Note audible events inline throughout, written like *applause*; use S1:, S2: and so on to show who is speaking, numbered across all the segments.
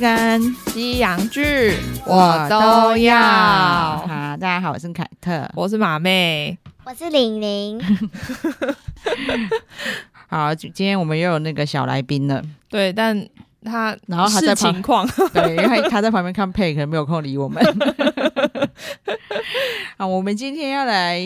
S1: 跟
S2: 西洋剧
S1: 我都要。好，
S2: 要。
S1: 大家好，我是凯特。
S2: 我是马妹，
S3: 我是玲玲，
S1: 好，今天我们又有那个小来宾 *laughs* 了，
S2: 对，但他
S1: 然后他在
S2: 是
S1: 旁
S2: 情况， *laughs*
S1: 对，因为他在旁边看配，可能没有空理我们。 *laughs* 好，我们今天要来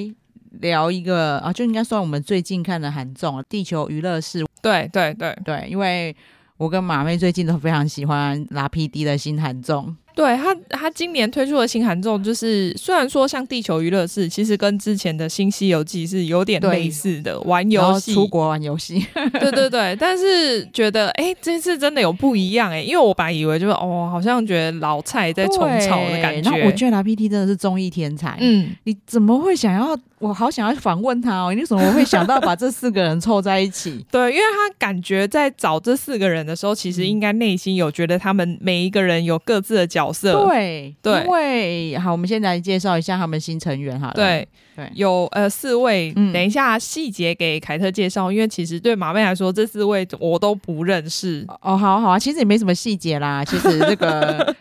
S1: 聊一个啊，就应该算我们最近看的韩综《地球娱乐室》。
S2: 对对对
S1: 对，因为我跟马妹最近都非常喜欢拉 PD 的新韩综。
S2: 对，他他今年推出的新韩综，就是虽然说像《地球娱乐室》，其实跟之前的《新西游记》是有点
S1: 对
S2: 类似的，玩
S1: 然
S2: 游
S1: 后
S2: 戏，
S1: 出国玩游 *laughs* 戏，
S2: *laughs* 对对对，但是觉得哎、这次真的有不一样哎、因为我本来以为就是哦，好像觉得老蔡在重炒的感
S1: 对然后我
S2: 觉，
S1: 觉得拉 PD 真的是综艺天才，
S2: 嗯，？
S1: 你怎么会想要？我好想要访问他哦！你怎么会想到把这四个人凑在一起
S2: 对，因为他感觉在找这四个人的时候，其实
S1: 嗯
S2: 应该内心有觉得他们每一个人有各自的角色。
S1: 对
S2: *laughs* 对
S1: 因为好，我们先来介绍一下他们新成员好了。
S2: 对
S1: 对
S2: 有呃四位，
S1: 嗯
S2: 等一下细节给凯特介绍，因为其实对马妹来说，这四位我都不认识。
S1: 哦，好啊好啊，其实也没什么细节
S2: *laughs*
S1: 啦。其实这个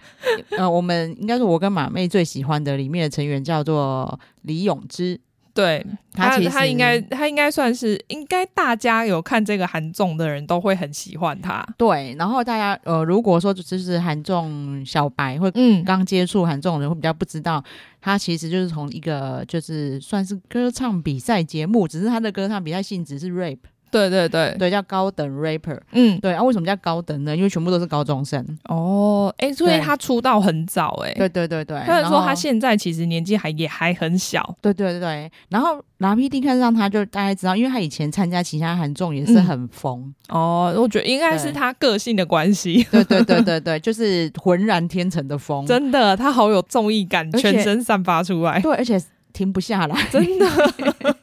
S1: 呃，我们应该说，我跟马妹最喜欢的里面的成员叫做李永芝，
S2: 对
S1: 他
S2: 他
S1: 其，实
S2: 他应该他应该算是应该大家有看这个韩综的人都会很喜欢他。
S1: 对。然后大家呃，如果说就是韩综小白会
S2: 嗯，
S1: 刚接触韩综的人会比较不知道，他其实就是从一个就是算是歌唱比赛节目，只是他的歌唱比赛性质是 rap，
S2: 对对对，
S1: 对，叫高等 rapper。
S2: 嗯，
S1: 对啊，为什么叫高等呢？因为全部都是高中生。
S2: 哦，哎、所以
S1: 对
S2: 他出道很早哎、
S1: 对对对对，
S2: 虽然说
S1: 后
S2: 他现在其实年纪还也还很小，
S1: 对对对对，然后拿 PD 看上他，就大家知道，因为他以前参加其他韩综也是很疯，
S2: 哦，我觉得应该是
S1: 对
S2: 他个性的关系，
S1: 对对对对 *laughs* 对，就是浑然天成的疯，
S2: 真的，他好有综艺感，
S1: 而且
S2: 全身散发出来，
S1: 对，而且停不下来。
S2: 真的，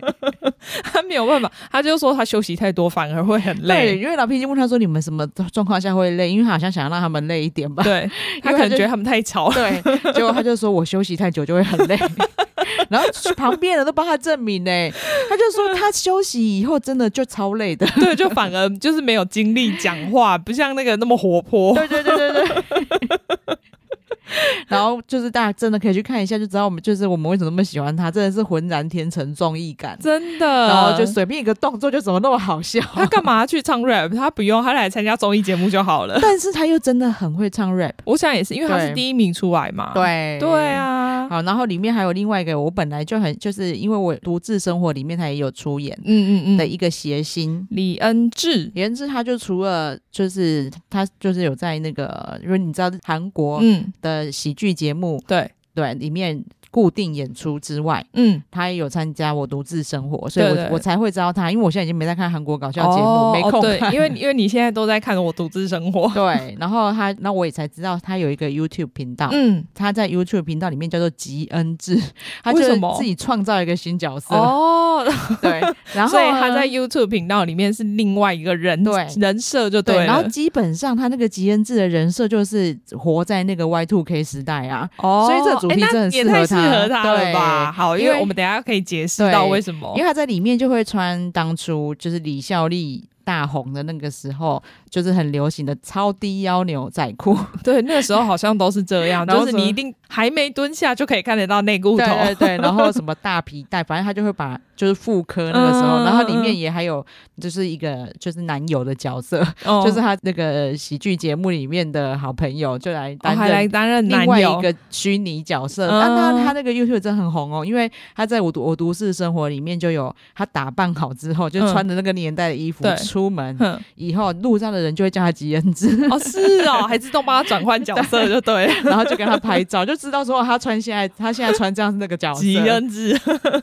S2: *laughs* 他没有办法，他就说他休息太多反而会很
S1: 对，
S2: 累，
S1: 因为老 PD 问他说：“你们什么状况下会累？”因为他好像想要让他们累一点吧。
S2: 对他可能觉得他们太吵 *laughs* 了，
S1: *laughs* 对，结果他就说我休息太久就会很 *laughs* 累，然后旁边人都帮他证明呢、他就说他休息以后真的就超累的。 *laughs*
S2: 对，就反而就是没有精力讲话，不像那个那么活泼，
S1: 对对对对对。然后就是大家真的可以去看一下，就知道我们就是我们为什么那么喜欢他，真的是浑然天成综艺感，
S2: 真的，
S1: 然后就随便一个动作就怎么那么好笑。
S2: *laughs* 他干嘛去唱 rap？他不用，他来参加综艺节目就好了。
S1: *laughs* 但是他又真的很会唱 rap，
S2: 我想也是，因为他是
S1: 对
S2: 第一名出来嘛。
S1: 对
S2: 对。啊，
S1: 好，然后里面还有另外一个，我本来就很就是因为我独自生活里面他也有出演
S2: 嗯嗯
S1: 的
S2: 嗯，
S1: 一个谐星，
S2: 李恩智，
S1: 言之，他就除了就是他就是有在那个，因为你知道韩国
S2: 嗯，
S1: 的喜剧节目、
S2: 对，
S1: 对里面固定演出之外，
S2: 嗯，
S1: 他也有参加《我独自生活》，所以我
S2: 对对
S1: 我才会知道他，因为我现在已经没在看韩国搞笑节目，
S2: 哦
S1: 没
S2: 哦
S1: 空
S2: 对
S1: 看。，
S2: 因为因为你现在都在看《我独自生活》。
S1: *laughs* 对，然后他，那我也才知道他有一个 YouTube 频道，
S2: 嗯，
S1: 他在 YouTube 频道里面叫做吉恩
S2: *laughs*
S1: 智，他就
S2: 为
S1: 是
S2: 什么
S1: 自己创造一个新角色，
S2: 哦，
S1: *laughs* 对，然后啊
S2: 所以他
S1: 呢
S2: 在 YouTube 频道里面是另外一个人
S1: 对
S2: 人设就
S1: 对，
S2: 了。
S1: 然后基本上他那个吉恩智的人设就是活在那个 Y two K 时代啊，
S2: 哦，
S1: 所以这主题
S2: 诶那
S1: 真的适
S2: 也
S1: 合
S2: 太适
S1: 他
S2: 合他了
S1: 对
S2: 吧？好，因
S1: 因
S2: 为
S1: 为
S2: 我们等一下可以解释到
S1: 对
S2: 为什么
S1: 因为。他在里面就会穿当初就是李孝利大红的那个时候，就是很流行的超低腰牛仔
S2: *laughs*
S1: 裤，
S2: 对，那时候好像都是这样，
S1: 然
S2: 就
S1: 后
S2: 是
S1: 什么
S2: 你一定还没蹲下就可以看得到内裤头。
S1: 对对对，然后什么大皮带，反正他就会把就是妇科那个时候，
S2: 嗯
S1: 然后里面也还有就是一个就是男友的角色，
S2: *laughs* 哦
S1: 就是他那个喜剧节目里面的好朋友就来
S2: 哦
S1: 担
S2: 还
S1: 任
S2: 来担任男
S1: 另外
S2: 友
S1: 一个虚拟角色，
S2: 嗯
S1: 但他他那个 YouTube 真的很红哦，因为他在我独我独自生活里面就有他打扮好之后，就
S2: 嗯
S1: 穿着那个年代的衣服
S2: 对
S1: 出门
S2: 哼
S1: 以后，路上的人就会叫他吉恩子， *laughs*
S2: 哦，是哦，还自动帮他转换角色就对了。
S1: 然后就跟他拍照，就知道说哦他穿现在他现在穿这样是那个角色。
S2: 吉恩制，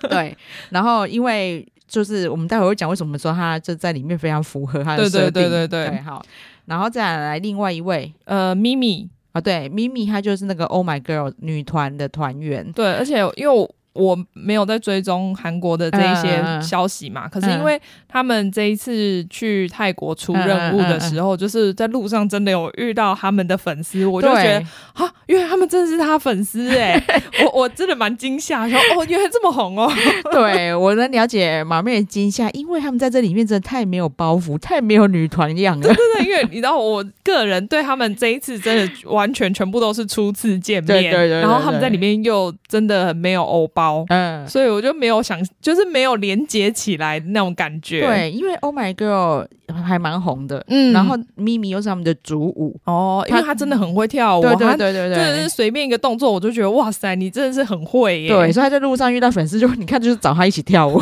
S1: *laughs* 对，然后因为就是我们待会儿会讲为什么说他就在里面非常符合他的
S2: 对
S1: 设定，
S2: 对对对
S1: 对
S2: 对，
S1: 好，然后再来另外一位
S2: 呃，咪咪，
S1: 啊，对，咪咪她就是那个 Oh My Girl 女团的团员，
S2: 对，而且因为我。我没有在追踪韩国的这一些
S1: 嗯嗯嗯嗯
S2: 消息嘛，可是因为他们这一次去泰国出任务的时候，就是在路上真的有遇到他们的粉丝，我就觉得
S1: 对
S2: 啊，原来他们真的是他粉丝哎、我我真的蛮惊吓，说哦，原来这么红哦， *laughs*
S1: 对我能了解马妹的惊吓，因为他们在这里面真的太没有包袱，太没有女团样
S2: *laughs*
S1: 了。
S2: 真的，因为你知道，我个人对他们这一次真的完全全部都是初次见面，
S1: 对对对对
S2: 然后他们在里面又真的很没有欧包。
S1: 嗯，
S2: 所以我就没有想，就是没有连接起来那种感觉。，
S1: 对，因为 Oh My Girl 还蛮红的，
S2: 嗯
S1: 然后咪咪又是他们的主舞，
S2: 哦，因为他真的很会跳舞，
S1: 对对
S2: 他
S1: 对对
S2: 就是
S1: 对。
S2: 随便一个动作，我就觉得哇塞，你真的是很会耶。
S1: 对，，所以他在路上遇到粉丝就，你看就是找他一起跳
S2: *laughs*
S1: 舞。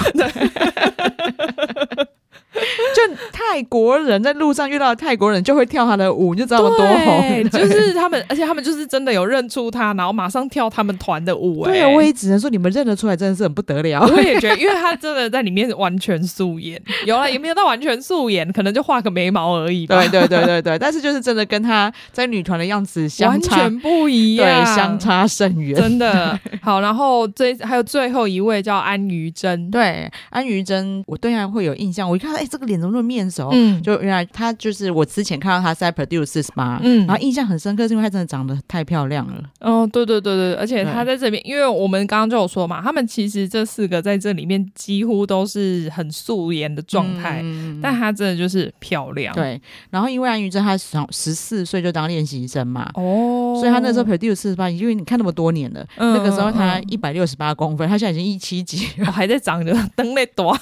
S1: 就泰国人在路上遇到泰国人就会跳他的舞，你就知道他们多 *laughs*
S2: 对，
S1: 红。
S2: 就是他们，而且他们就是真的有认出他，然后马上跳他们团的舞。
S1: 对
S2: 哎
S1: 啊，我也只能说你们认得出来真的是很不得了。
S2: *laughs* 我也觉得，因为他真的在里面完全
S1: *laughs*
S2: 素颜，有了也没有到完全素颜，可能就画个眉毛而已吧，
S1: 对对对对对，但是就是真的跟他在女团的样子相
S2: 完
S1: 差，
S2: 全不一
S1: 对
S2: 样，，
S1: 相差甚远。
S2: 真的好。然后最还有最后一位叫安于真，
S1: 对，安于真，我对他会有印象。我一看，哎、这个脸怎么那么面熟？
S2: 嗯，
S1: 就原来他就是我之前看到他是在 Produce 嘛，
S2: 嗯
S1: 然后印象很深刻，是因为他真的长得太漂亮了。
S2: 哦，对对对对，而且
S1: 对
S2: 他在这边，因为我们刚刚就有说嘛，他们其实这四个在这里面几乎都是很素颜的状态，
S1: 嗯
S2: 但他真的就是漂亮，，
S1: 对，然后因为安于真他从十四岁就当练习生嘛。
S2: 哦，
S1: 所以他那时候 produce 吧，因为你看那么多年了，
S2: 嗯
S1: 那个时候他
S2: 嗯
S1: 一百六十八公分，他现在已经一七几
S2: *laughs*
S1: 了，
S2: 我还在长着灯啊在短，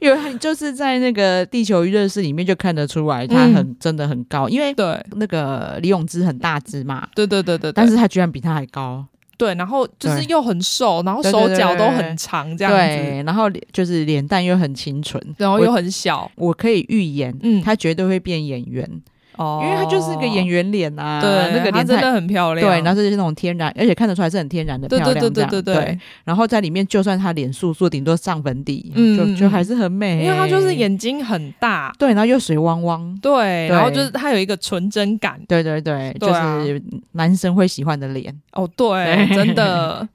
S1: 因为他就是在那个地球娱乐室里面就看得出来，他
S2: 嗯
S1: 很、真的很高，因为
S2: 对
S1: 那个李永芝很大只嘛，
S2: 对对对对，
S1: 但是他居然比他还高，
S2: 对，然后就是
S1: 对
S2: 又很瘦，然后
S1: 对
S2: 手
S1: 对对
S2: 脚
S1: 对
S2: 都
S1: 对
S2: 很长这样子，
S1: 对，然后脸就是脸蛋又很清纯，
S2: 然后又很小
S1: 我可以预言，
S2: 嗯
S1: 他绝对会变演员，
S2: 哦
S1: 因为他就是个演，员脸啊，
S2: 对，
S1: 那个
S2: 她
S1: 脸
S2: 真的
S1: 太。
S2: 很漂亮，
S1: 对，然后这就是那种天然，而且看得出来是很天然的漂
S2: 对
S1: 亮
S2: 对对
S1: 这
S2: 对
S1: 样
S2: 对对，
S1: 然后在里面，就算他脸素素，顶多上粉底，
S2: 嗯嗯
S1: 就就还是很美，
S2: 因为他就是眼睛很大，
S1: 对，然后又水汪汪，
S2: 对，
S1: 对
S2: 然后就是他有一个纯真感，
S1: 对对对，
S2: 对啊
S1: 就是男生会喜欢的脸。
S2: 哦，对，
S1: 对
S2: 真的，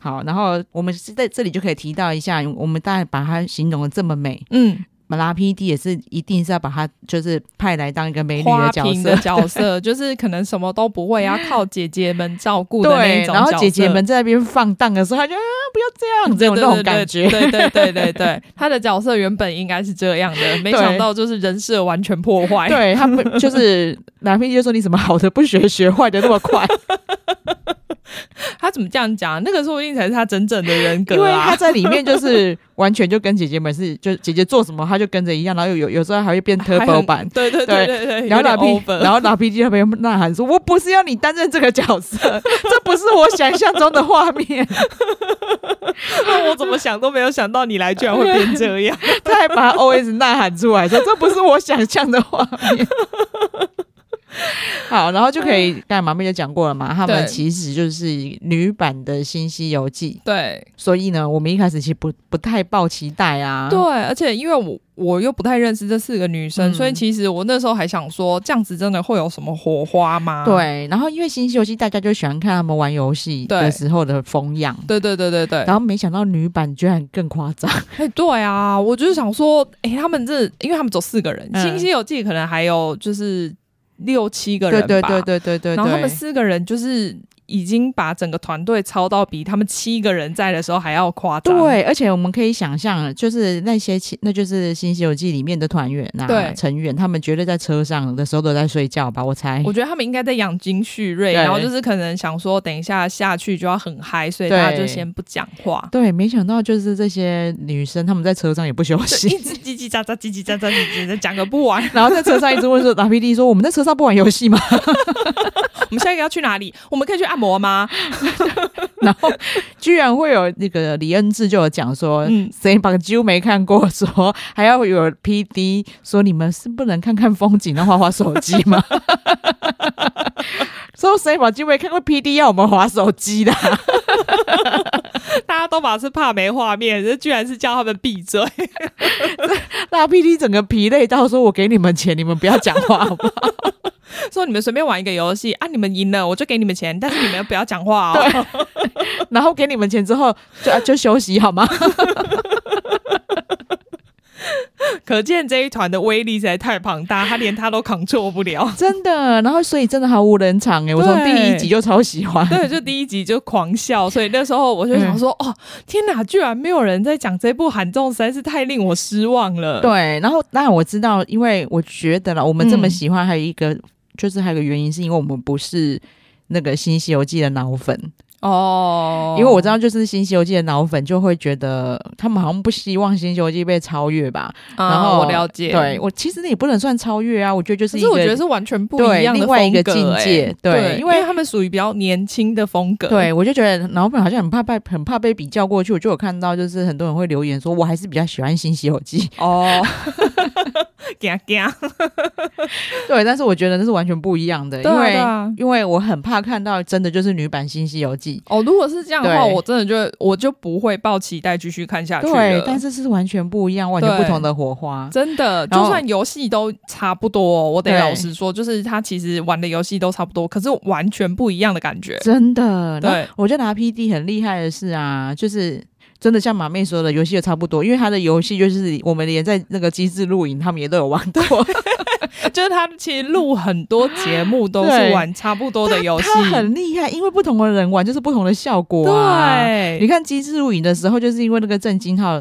S1: 好，然后我们是在这里就可以提到一下，我们大概把它形容的这么美，
S2: 嗯，
S1: 马拉 PD 也是一定是要把她就是派来当一个美女
S2: 花
S1: 的角
S2: 瓶
S1: 色
S2: 的。角色，就是可能什么都不会，要靠姐姐们照顾的那
S1: 对，
S2: 一种
S1: 然后
S2: 角
S1: 姐姐
S2: 色
S1: 们在那边放荡的时候，她就啊
S2: *laughs*
S1: 不要这样，这种那种感觉。
S2: 对对对对对，他的角色原本应该是这样的，没
S1: 对
S2: 想到就是人设完全破坏，
S1: 对他们就是马拉 PD 就说你怎么好的不学，学坏的那么
S2: *laughs*
S1: 快？
S2: 他怎么这样讲？那个说不定才是他真正的人格、啊，
S1: 因为他在里面就是完全就跟姐姐们是，就姐姐做什么她就跟着一样，然后有有有时候还会变
S2: *laughs* 还
S1: turbo
S2: 很
S1: 版。
S2: 对对对对对，
S1: 然后老
S2: 有点
S1: P，
S2: over
S1: 然后老 P G 那边呐喊说：“我不是要你担任这个角色， *laughs* 这不是我想象中的画面。 *laughs*
S2: 我怎么想都没有想到你来居然会变这样，”
S1: 他还把 O S 呐喊出来说：“这不是我想象的画面。” *laughs* 好，然后就可以，刚才妈咪就讲过了嘛，他
S2: 嗯对
S1: 们其实就是女版的新《西游记
S2: 对》，
S1: 所以呢，我们一开始其实不不太抱期待啊。
S2: 对，而且因为我我又不太认识这四个女生，
S1: 嗯
S2: 所以其实我那时候还想说，这样子真的会有什么火花吗？
S1: 对，然后因为《新西游记》大家就喜欢看他们玩游戏
S2: 对
S1: 的时候的风样，
S2: 对对对对对，
S1: 然后没想到女版居然更夸张。
S2: 哎、对啊，我就是想说，哎、他们这，因为他们走四个人，
S1: 嗯
S2: 新西游记》可能还有就是六七个人
S1: 对
S2: 吧，
S1: 对对对对对，
S2: 然后他
S1: 对
S2: 们四个人就是已经把整个团队超到比他们七个人在的时候还要夸张，
S1: 对，而且我们可以想象，就是那些其那就是《新西游记》里面的团员呐、
S2: 对
S1: 成员，他们绝对在车上的时候都在睡觉吧？我猜。
S2: 我觉得他们应该在养精蓄锐，
S1: 对
S2: 然后就是可能想说，等一下下去就要很嗨，所以大家
S1: 对
S2: 就先不讲话。
S1: 对，没想到就是这些女生，她们在车上也不休
S2: 就 *laughs* 一
S1: 息，
S2: 直叽叽喳喳、叽叽喳喳、叽叽喳喳讲个不 *laughs* 完。
S1: *laughs* 然后在车上一直问说：“打 PD 说我们在车上不玩游戏吗
S2: 我们下一个要去哪里？我们可以去按摩 *laughs* 吗？？”
S1: 然后居然会有那个李恩智就有讲说
S2: 嗯，
S1: 谁把揪没看过，说还要有 PD 说你们是不能看看风景，然后划划手机吗？ *laughs* 说谁把揪没看过 PD 要我们划手机的，
S2: 大家都把是怕没画面，这居然是叫他们闭嘴。
S1: 那 PD 整个疲累到说：“我给你们钱，你们不要讲话好不好
S2: *laughs* 说你们随便玩一个游戏啊，你们赢了我就给你们钱，但是你们不要讲话哦。
S1: *laughs* 然后给你们钱之后就啊就休息好吗？。
S2: *laughs* 可见这一团的威力实在太庞大，他连他都扛错不了
S1: 真的，然后所以真的毫无冷场哎、我从第一集就超喜欢。
S2: *laughs* 对，就第一集就狂笑，所以那时候我就想说，哦，天哪，居然没有人在讲这部韩综，实在是太令我失望了。 *laughs*
S1: 对，然后当然我知道，因为我觉得了，我们这么
S2: 嗯
S1: 喜欢，还有一个、就是还有一个原因，是因为我们不是那个《新西游记》的脑粉，
S2: 哦，
S1: 因为我知道就是《新西游记》的脑粉就会觉得他们好像不希望《新西游记》被超越吧。
S2: 啊，
S1: 然后
S2: 我了解，
S1: 对，我其实那也不能算超越啊，我觉得就是
S2: 可
S1: 一
S2: 是
S1: 个
S2: 我觉得是完全不
S1: 对
S2: 一样的
S1: 另外一个
S2: 风格
S1: 境
S2: 欸
S1: 界对
S2: 对，
S1: 因
S2: 因
S1: 为
S2: 为他们属于比较年轻的风格， *laughs*
S1: 对，我就觉得脑粉好像很怕被很怕被比较过去，我就有看到就是很多人会留言说，我还是比较喜欢《新西游记》。 *laughs*
S2: *laughs* 哦，嘎嘎，
S1: 对，但是我觉得那是完全不一样的，
S2: 对啊
S1: 因为
S2: 对啊
S1: 因为我很怕看到真的就是女版《新西游记
S2: 哦，如果是这样的话，
S1: 对
S2: 我真的就我就不会抱期待继续看》，下去了。
S1: 对，但是是完全不一样，完全不同的火花。
S2: 真的，
S1: 然
S2: 就
S1: 后
S2: 算游戏都差不多哦、我得
S1: 对
S2: 老实说，就是他其实玩的游戏都差不多，可是完全不一样的感觉。 *laughs*
S1: 真的，
S2: 对
S1: 然后我觉得拿 P D 很厉害的是啊，就是真的像马妹说的，游戏也差不多，因为他的游戏就是我们连在那个机制录影，他们也都有玩过，
S2: 就是他其实录很多节目都是
S1: 对
S2: 玩差不 *laughs* 多
S1: *laughs*
S2: 的游戏，
S1: 他很厉害，因为不同的人玩就是不同的效果啊。你
S2: 对，
S1: 看机制录影的时候，就是因为那个震惊
S2: *laughs*
S1: 号，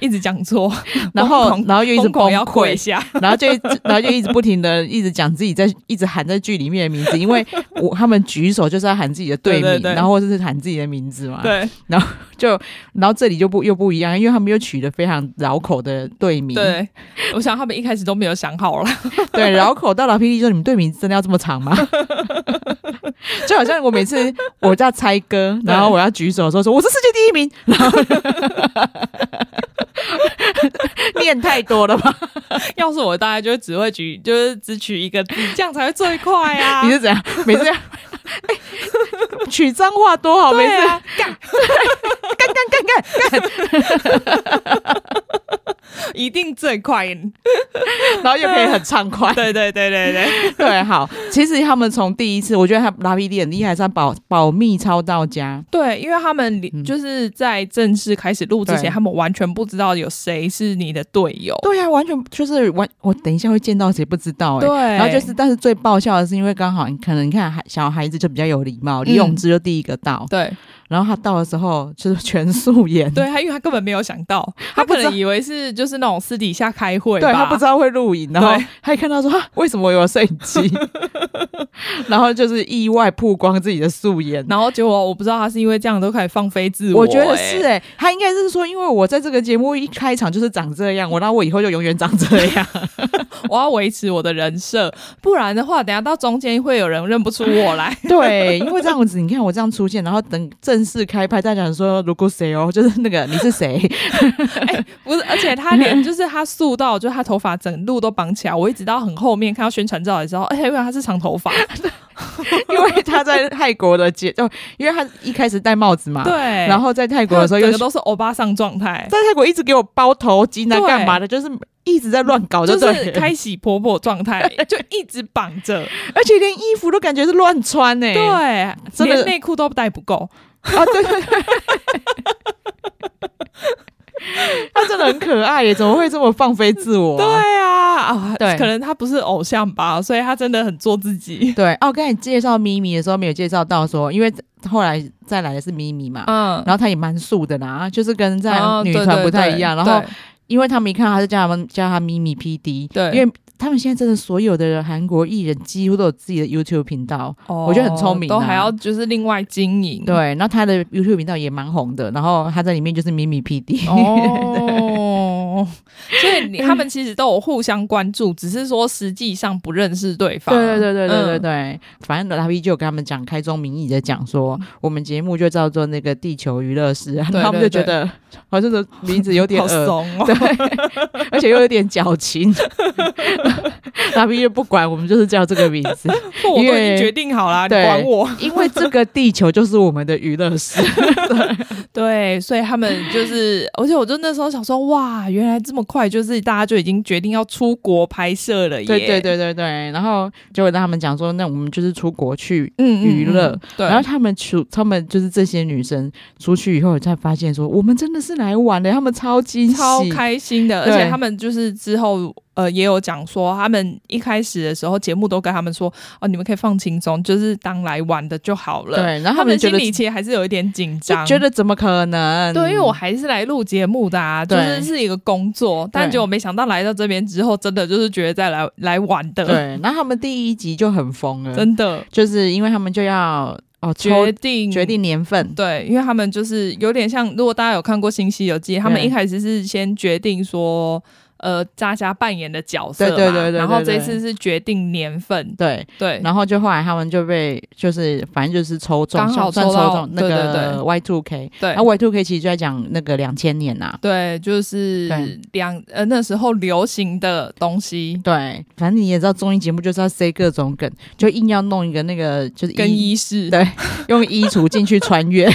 S2: 一直讲错，
S1: 然后
S2: 疯狂
S1: 然后又一直
S2: 疯
S1: 崩
S2: 狂要跪
S1: 溃，
S2: 下。
S1: 然后就一直然后就一直不停的一直讲自己在一直喊在剧里面的名字，因为我他们举手就是要喊自己的队名，
S2: 对对对
S1: 然后或者是喊自己的名字嘛。，
S2: 对
S1: 就然后这里就不又不一样，因为他们又取得非常绕口的队名。
S2: 对，我想他们一开始都没有想好了。
S1: 对，绕口到老 PD 说：“你们队名真的要这么长吗？” *laughs* 就好像我每次我在猜歌，然后我要举手的时候说：“我是世界第一名。”然后 *laughs* 念太多了吧？
S2: 要是我，大概就只会举，就是只取一个字，这样才会最快啊
S1: *laughs* 你。是怎样？每次要、哎取脏话多好，每
S2: 对
S1: 次
S2: 啊，干
S1: *laughs* 干干。
S2: *laughs* 一定最
S1: *laughs*
S2: 快。
S1: 然后又可以很畅快。
S2: 对对对对
S1: *laughs*
S2: 对，
S1: 对，好，其实他们从第一次，我觉得他拉 PD 很厉害，是他保保密超到家。
S2: 对，因为他们里
S1: 嗯
S2: 就是在正式开始录之
S1: 对
S2: 前，他们完全不知道有谁是你的队友。
S1: 对呀、完全就是完，我等一下会见到谁不知道哎、
S2: 对，然
S1: 然后就是，但是最爆笑的是，因为刚好可能你看孩小孩子就比较有礼貌，李
S2: 嗯
S1: 永芝就第一个到，
S2: 对
S1: 然后他到的时候就是全素颜，
S2: 对，他因为他根本没有想到，他
S1: 不
S2: 可
S1: 知道
S2: 能以为是就是那种私底下开会吧，
S1: 对他不知道会录影，然后
S2: 对
S1: 他一看到说啊为什么我有摄影机， *laughs* 然后就是意外曝光自己的素颜，
S2: 然后结果我不知道他是因为这样都开始放飞自
S1: 我
S2: 我
S1: 觉得是
S2: 欸
S1: 哎、他应该是说，因为我在这个节目一开场就是长这样，我那我以后就永远长这样。
S2: 我要维持我的人设，不然的话，等一下到中间会有人认不出我来。
S1: *laughs* 对，因为这样子，你看我这样出现，然后等正式开拍，大家想说如果谁哦，就是那个你是谁？ *laughs*
S2: 不是，而且他连就是他素到，就是他头发整路都绑起来。我一直到很后面看到宣传照的时候，哎、原来他是长
S1: *laughs*
S2: 头发。
S1: 因为他在泰国的节，哦，因为他一开始戴帽子嘛，
S2: 对，，
S1: 然后在泰
S2: 泰
S1: 国的时候又
S2: 整个都是欧巴桑
S1: *laughs*
S2: 状态，
S1: 在泰国一直给我包头巾啊，
S2: 对
S1: 干嘛的，就是一直在乱搞就
S2: 就
S1: 对了， *laughs*
S2: 是开洗婆婆状态，就一直绑着。
S1: 而且连衣服都感觉是乱穿欸呢、
S2: 对，
S1: 真的
S2: 连内裤都带不够。
S1: 啊，对对对。 *laughs* 他真的很可爱耶，怎么会这么放飞自我
S2: 对
S1: 啊、
S2: 啊，啊，
S1: 对
S2: 可能他不是偶像吧，所以他真的很做自己。
S1: 对哦，刚才介绍咪咪的时候没有介绍到说，因为后来再来的是咪咪嘛。
S2: 嗯，
S1: 然后她也蛮素的啦，就是跟在
S2: 哦
S1: 女
S2: 对
S1: 团
S2: 对
S1: 不太
S2: 对
S1: 一样。然后
S2: 对
S1: 因为他们一看到她就叫他们叫她咪咪 P D，
S2: 对
S1: 因为他们现在真的所有的韩国艺人几乎都有自己的 YouTube 频道，
S2: 哦
S1: 我觉得很聪明啊
S2: 都还要就是另外经
S1: *laughs*
S2: 营。
S1: 对，然后她的 YouTube 频道也蛮红的，然后她在里面就是咪咪 P D，、
S2: 哦，所以你他们其实都有互相关注，只是说实际上不认识对方。
S1: 对对对对对对
S2: 嗯嗯
S1: 对，反正老 P 就有跟他们讲，开宗明义的讲说，我们节目就叫做那个地球娱乐
S2: *laughs*
S1: 室，
S2: 对
S1: 他们就觉得好像 *laughs* 这名字有点
S2: *laughs*
S1: 呃
S2: 好
S1: 恶，
S2: 怂
S1: *laughs*
S2: 哦。
S1: 对，而且又有点矫情，拉皮就不管，我们就是叫这个名
S2: *laughs*
S1: 字，
S2: 我都已
S1: 因为
S2: 经决定好啦，你
S1: 对
S2: 管我。
S1: 因为这个地球就是我们的娱乐室。
S2: *laughs* 对，所以他们就是，而且我就那时候想说，哇，原来这么快，就是大家就已经决定要出国拍摄了耶。
S1: 对对，对对对，然后就跟他们讲说，那我们就是出国去。
S2: 嗯
S1: 娱乐，
S2: 嗯嗯对，
S1: 然后他们出，他们就是这些女生出去以后，才发现说，我们真的是来玩的，他们超惊喜，
S2: 超开心的，而
S1: 对
S2: 且他们就是之后呃也有讲说，他们一开始的时候节目都跟他们说，哦，你们可以放轻松，就是当来玩的就好了。，
S1: 对，然后
S2: 他
S1: 他们
S2: 们
S1: 觉
S2: 心
S1: 得
S2: 里其实还是有一点紧张，
S1: 就觉得嗯怎么可能？
S2: 对，因为我还是来录节目的啊，就
S1: 对
S2: 是是一个工作，但
S1: 对
S2: 结果没想到来到这边之后，真的就是觉得在来来玩的，
S1: 对，然后他们第一集就很疯了，
S2: 真的
S1: 就是因为他们就要哦抽
S2: 决定
S1: 决。定年份，
S2: 对，因为他们就是有点像，如果大家有看过《新西游记》，他们
S1: 对
S2: 一开始是先决定说，呃，大家扮演的角色嘛，
S1: 对对对对对
S2: 然后
S1: 对
S2: 这次是决定年份，
S1: 对，
S2: 对，
S1: 然后就后来他们就被就是反正就是抽中，
S2: 刚好
S1: 算
S2: 抽
S1: 抽
S2: 到
S1: 中那
S2: 对对
S1: 个
S2: 对
S1: Y two K，
S2: 对
S1: 然后 Y two K 其实就在讲那个两千年呐、啊
S2: 对，就
S1: 对
S2: 是两呃那时候流行的东西，
S1: 对，反正你也知道综艺节目就是要塞各种梗，就硬要弄一个那个就是
S2: 更
S1: 衣 *laughs*
S2: 衣室，
S1: 对用衣橱进去穿越，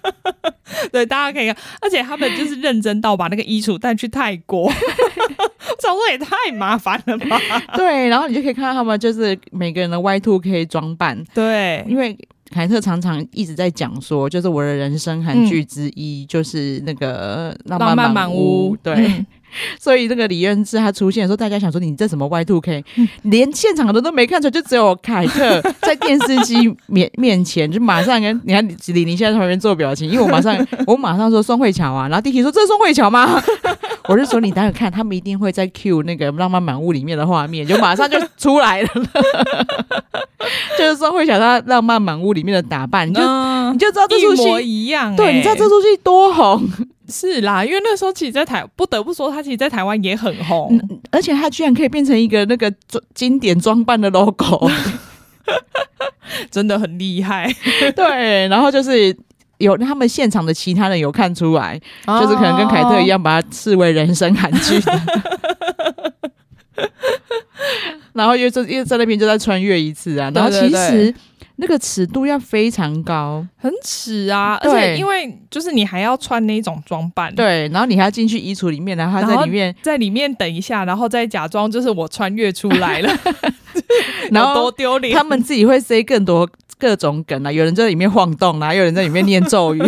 S1: *laughs*
S2: 对，大家可以看，而且他们就是认真到把那个衣橱带去泰国， *laughs* 我想说也太麻烦了吧？
S1: 对，然后你就可以看到他们就是每个人的 Y two K 装扮，
S2: 对，
S1: 因为凯特常常一直在讲说，就是我的人生韩剧之一、就是那个《嗯浪漫满屋》对，
S2: 嗯
S1: *laughs* 所以那个李元志他出现的时候，大家想说你这什么 Y two K，、连现场的都没看出来，就只有凯 *laughs* 特在电视机面面前就马上跟你看李宁现在在旁边做表情，因为我马上 *laughs* 我马上说宋慧乔啊，然后弟弟说这是宋慧乔吗？ *laughs* 我就说你等下看，他们一定会在 Q 那个《浪漫满屋》里面的画面，就马上就出来了， *laughs* 就是宋慧乔她《浪漫满屋》里面的打扮，你就、
S2: 嗯
S1: 你就知道这出
S2: 一模
S1: 戏。
S2: 一样、欸，
S1: 对，你知道这出戏多红，
S2: 是啦，因为那时候其实，在台不得不说，他其实，在台湾也很红。
S1: 嗯，而且它居然可以变成一个那个装经典装扮的 logo，
S2: 真的很厉害，
S1: 对，然后就是。有他们现场的其他人有看出来， *laughs* 就是可能跟凯特一
S2: 哦
S1: 样，把它视为人生韩剧。 *laughs* 然后又就又在那边就再穿越一次啊，然后
S2: 对对
S1: 其
S2: 对
S1: 实那个尺度要非常高，
S2: 很耻啊！
S1: 对
S2: 而且因为就是你还要穿那种装扮，，
S1: 对，然后你还要进去衣橱里面，然后他
S2: 然
S1: 在
S2: 后
S1: 里面，
S2: 在里面等一下，然后再假装就是我穿越出来
S1: *laughs*
S2: 了，
S1: 然
S2: 有多
S1: 后
S2: 丢脸
S1: 他。们自己会塞更多各种梗啊，有人在里面晃动啊，有人在里面念咒
S2: *laughs*
S1: 语，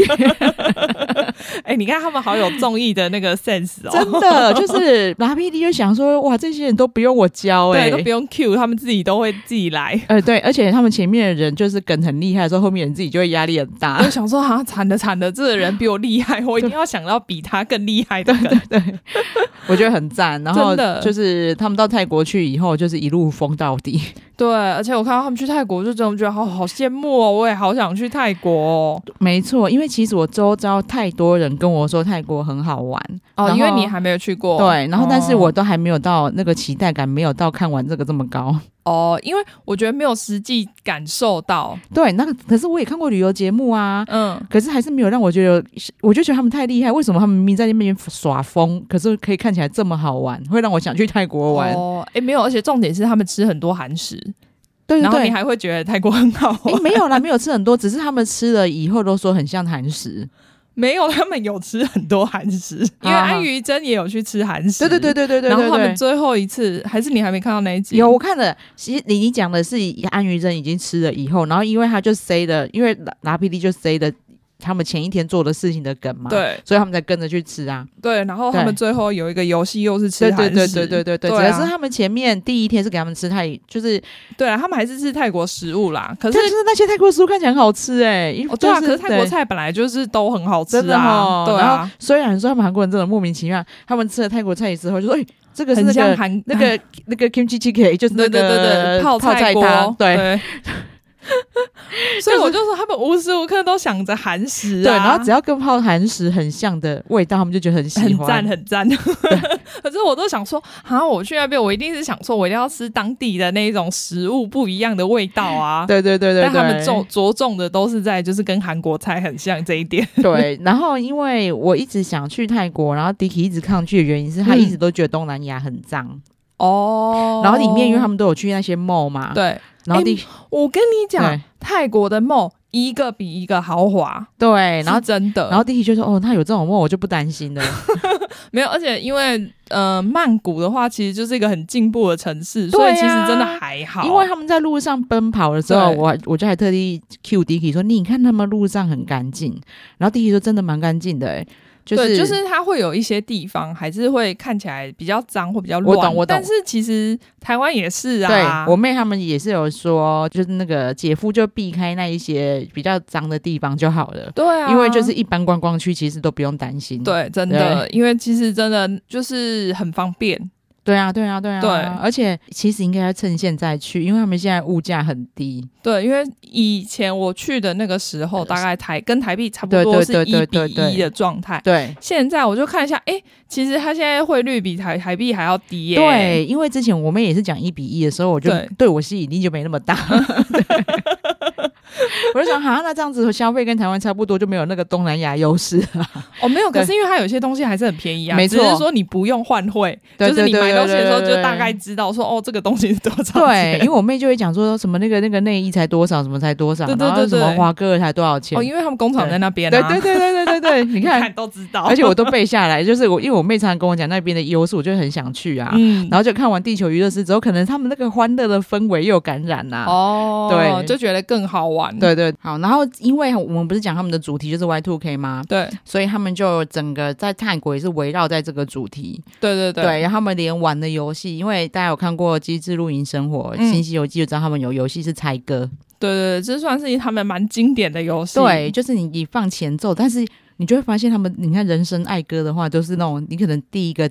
S2: 哎、你看他们好有综艺的那个 sense
S1: *laughs*
S2: 哦，
S1: 真的就是拿 PD 就想说，哇，这些人都不用我教哎、
S2: 对，都不用 Q，他们自己都会自己来。
S1: 呃，对，而且他们前面的人就是梗很厉害的时候，后面人自己就会压力很
S2: 我
S1: 大
S2: 就。想说，啊，惨的惨的，这个人比我厉害，我一定要想到比他更厉害的梗。
S1: *laughs* 我觉得很赞。然后
S2: 真的
S1: 就是他们到泰国去以后，就是一路疯到
S2: *laughs*
S1: 底。
S2: 对，而且我看到他们去泰国，就真的觉得好好羡慕哦，我也好想去泰国哦。
S1: 没错，因为其实我周遭太多人跟我说泰国很好玩
S2: 哦，
S1: 然后
S2: 因为你还没有去过。
S1: 对，然后但是
S2: 哦
S1: 我都还没有到那个期待感，没有到看完这个这么高。 *laughs*
S2: 哦，因为我觉得没有实际感受到，
S1: 对，那个可是我也看过旅游节目啊，
S2: 嗯，
S1: 可是还是没有让我觉得，我就觉得他们太厉害。为什么他们明明在那边耍疯，可是可以看起来这么好玩，会让我想去泰国玩？
S2: 哦，哎，没有，而且重点是他们吃很多韩食，
S1: 对对
S2: 然后
S1: 对，
S2: 你还会觉得泰国很好
S1: 诶
S2: 玩。
S1: 没有啦，没有吃很多，只是他们吃了以后都说很像韩食。
S2: *laughs* 没有，他们有吃很多韩食，因为
S1: 啊
S2: 安于真也有去吃韩食。
S1: 对对对对对对对
S2: 然后他们
S1: 对
S2: 最后一次，还是你还没看到那一集？
S1: 有我看了，其实你你讲的是安于真已经吃了以后，然后因为他就 say 的，因为拿拿 PD 就 say 的他们前一天做的事情的梗嘛，，
S2: 对
S1: 所以他们才跟着去吃啊。
S2: 对，然后他
S1: 对
S2: 们最后有一个游戏又是吃
S1: 对
S2: 韩
S1: 对
S2: 食，
S1: 对对对对对，
S2: 对啊
S1: 只是他们前面第一天是给他们吃泰，就是
S2: 对啊，他们还是吃泰国食物啦。可
S1: 可
S2: 是
S1: 是那些泰国食物看起来很好吃哎、因为
S2: 哦，对啊，
S1: 就
S2: 可是泰国
S1: 对
S2: 菜本来就是都很好吃
S1: 真的
S2: 啊，
S1: 哦，
S2: 对
S1: 然后
S2: 啊，
S1: 虽然说他们韩国人真的莫名其妙，他们吃了泰国菜之后就说，哎、这个是
S2: 很
S1: 那
S2: 像
S1: 个 *laughs*
S2: 韩
S1: 那个那个 kimchi chicken，就是那
S2: 对
S1: 个
S2: 对对对，泡
S1: 菜
S2: 锅
S1: 汤，对。
S2: 对。 *laughs* 所以我就说，他们无时无刻都想着韩食啊，
S1: 对，然后只要跟泡韩食很像的味道，他们就觉得很喜
S2: 很
S1: 欢。
S2: 赞很赞。 *laughs* 可是我都想说，啊，我去那边，我一定是想说，我一定要吃当地的那种食物不一样的味道啊。
S1: 对对对对对，
S2: 但他们重着重的都是在就是跟韩国菜很像这
S1: *laughs*
S2: 一点。
S1: *laughs* 对。然后因为我一直想去泰国，然后迪 i 一直抗拒的原因是他
S2: 嗯
S1: 一直都觉得东南亚很脏。
S2: 哦
S1: 然后里面因为他们都有去那些 mall 嘛，，
S2: 对，
S1: 然后
S2: 哎
S1: 第
S2: 我跟你讲
S1: 对，
S2: 泰国的梦一个比一个豪华，
S1: 对，然后
S2: 是真的，
S1: 然后弟弟就说：“哦，那有这种梦，我就不担心
S2: *laughs*
S1: 了。
S2: 没有，而且因为呃，曼谷的话其实就是一个很进步的城市，
S1: 对啊
S2: 所以其实真的还好，
S1: 因为他们在路上奔跑的时候，
S2: 对
S1: 我我就还特地 cue 弟弟说：‘你看他们路上很干净。’然后弟弟说：‘真的蛮干净的、欸，就是
S2: 对，就是它会有一些地方还是会看起来比较脏或比较乱，
S1: 我懂我懂
S2: 但是其实台湾也是
S1: 对
S2: 啊，
S1: 我妹他们也是有说，就是那个姐夫就避开那一些比较脏的地方就好了，
S2: 对啊，
S1: 因为就是一般观光区其实都不用担心。
S2: 对，真的，因为其实真的就是很方便，
S1: 对啊，对啊，对啊，
S2: 对
S1: 而且其实应该要趁现在去，因为他们现在物价很低。
S2: 对，因为以前我去的那个时候，大概台跟台币差不多
S1: 对对
S2: 是
S1: 对
S2: 一
S1: 对
S2: 比
S1: 对对
S2: 一的状态。
S1: 对。
S2: 现在我就看一下，哎、其实它现在汇率比台台币还要低耶、
S1: 对，因为之前我妹也是讲一比一的时候，我就
S2: 对
S1: 对我吸引力就没那么
S2: *laughs*
S1: 大。我就想，哈，那这样子消费跟台湾差不多，就没有那个东南亚优势啊。
S2: 哦，没有，
S1: 对
S2: 可是因为它有些东西还是很便宜啊，
S1: 没
S2: 只是
S1: 错
S2: 说你不用换汇，
S1: 对
S2: 就是你
S1: 对
S2: 买
S1: 对
S2: 东西的时候
S1: 对对
S2: 就大概知道说哦，这个东西是多 *laughs* 少
S1: 对，
S2: 钱。
S1: 因为我妹就会讲说什么那个那个内衣才多少，什么才多少，
S2: 对对
S1: 然后
S2: 对
S1: 什
S2: 对
S1: 么华歌才多少钱
S2: 哦，。因为他们工厂在那边
S1: 对
S2: 啊，
S1: 对对对对对对，你
S2: 你 *laughs*
S1: 看，
S2: 都知道，
S1: 而且我都背下来，就是我因为我妹常常跟我讲那边的优势，我就很想去啊。
S2: 嗯，
S1: 然后就看完《地球娱乐室》之后，可能他们那个欢乐的氛围又感染啦、
S2: 哦，
S1: 对
S2: 就觉得更好玩，
S1: 对对，好，然后因为我们不是讲他们的主题就是 Y two K 吗？
S2: 对
S1: 所以他们就整个在泰国也是围绕在这个主题。
S2: 对对对
S1: 然后他们连玩的游戏，因为大家有看过《机智露营生活》
S2: 嗯
S1: 新西游记》，就知道他们有游戏是猜歌。
S2: 对对，这算是他们蛮经典的游戏，
S1: 对，就是你你放前奏，但是你就会发现他们，你看人生爱歌的话，就是那种你可能第一个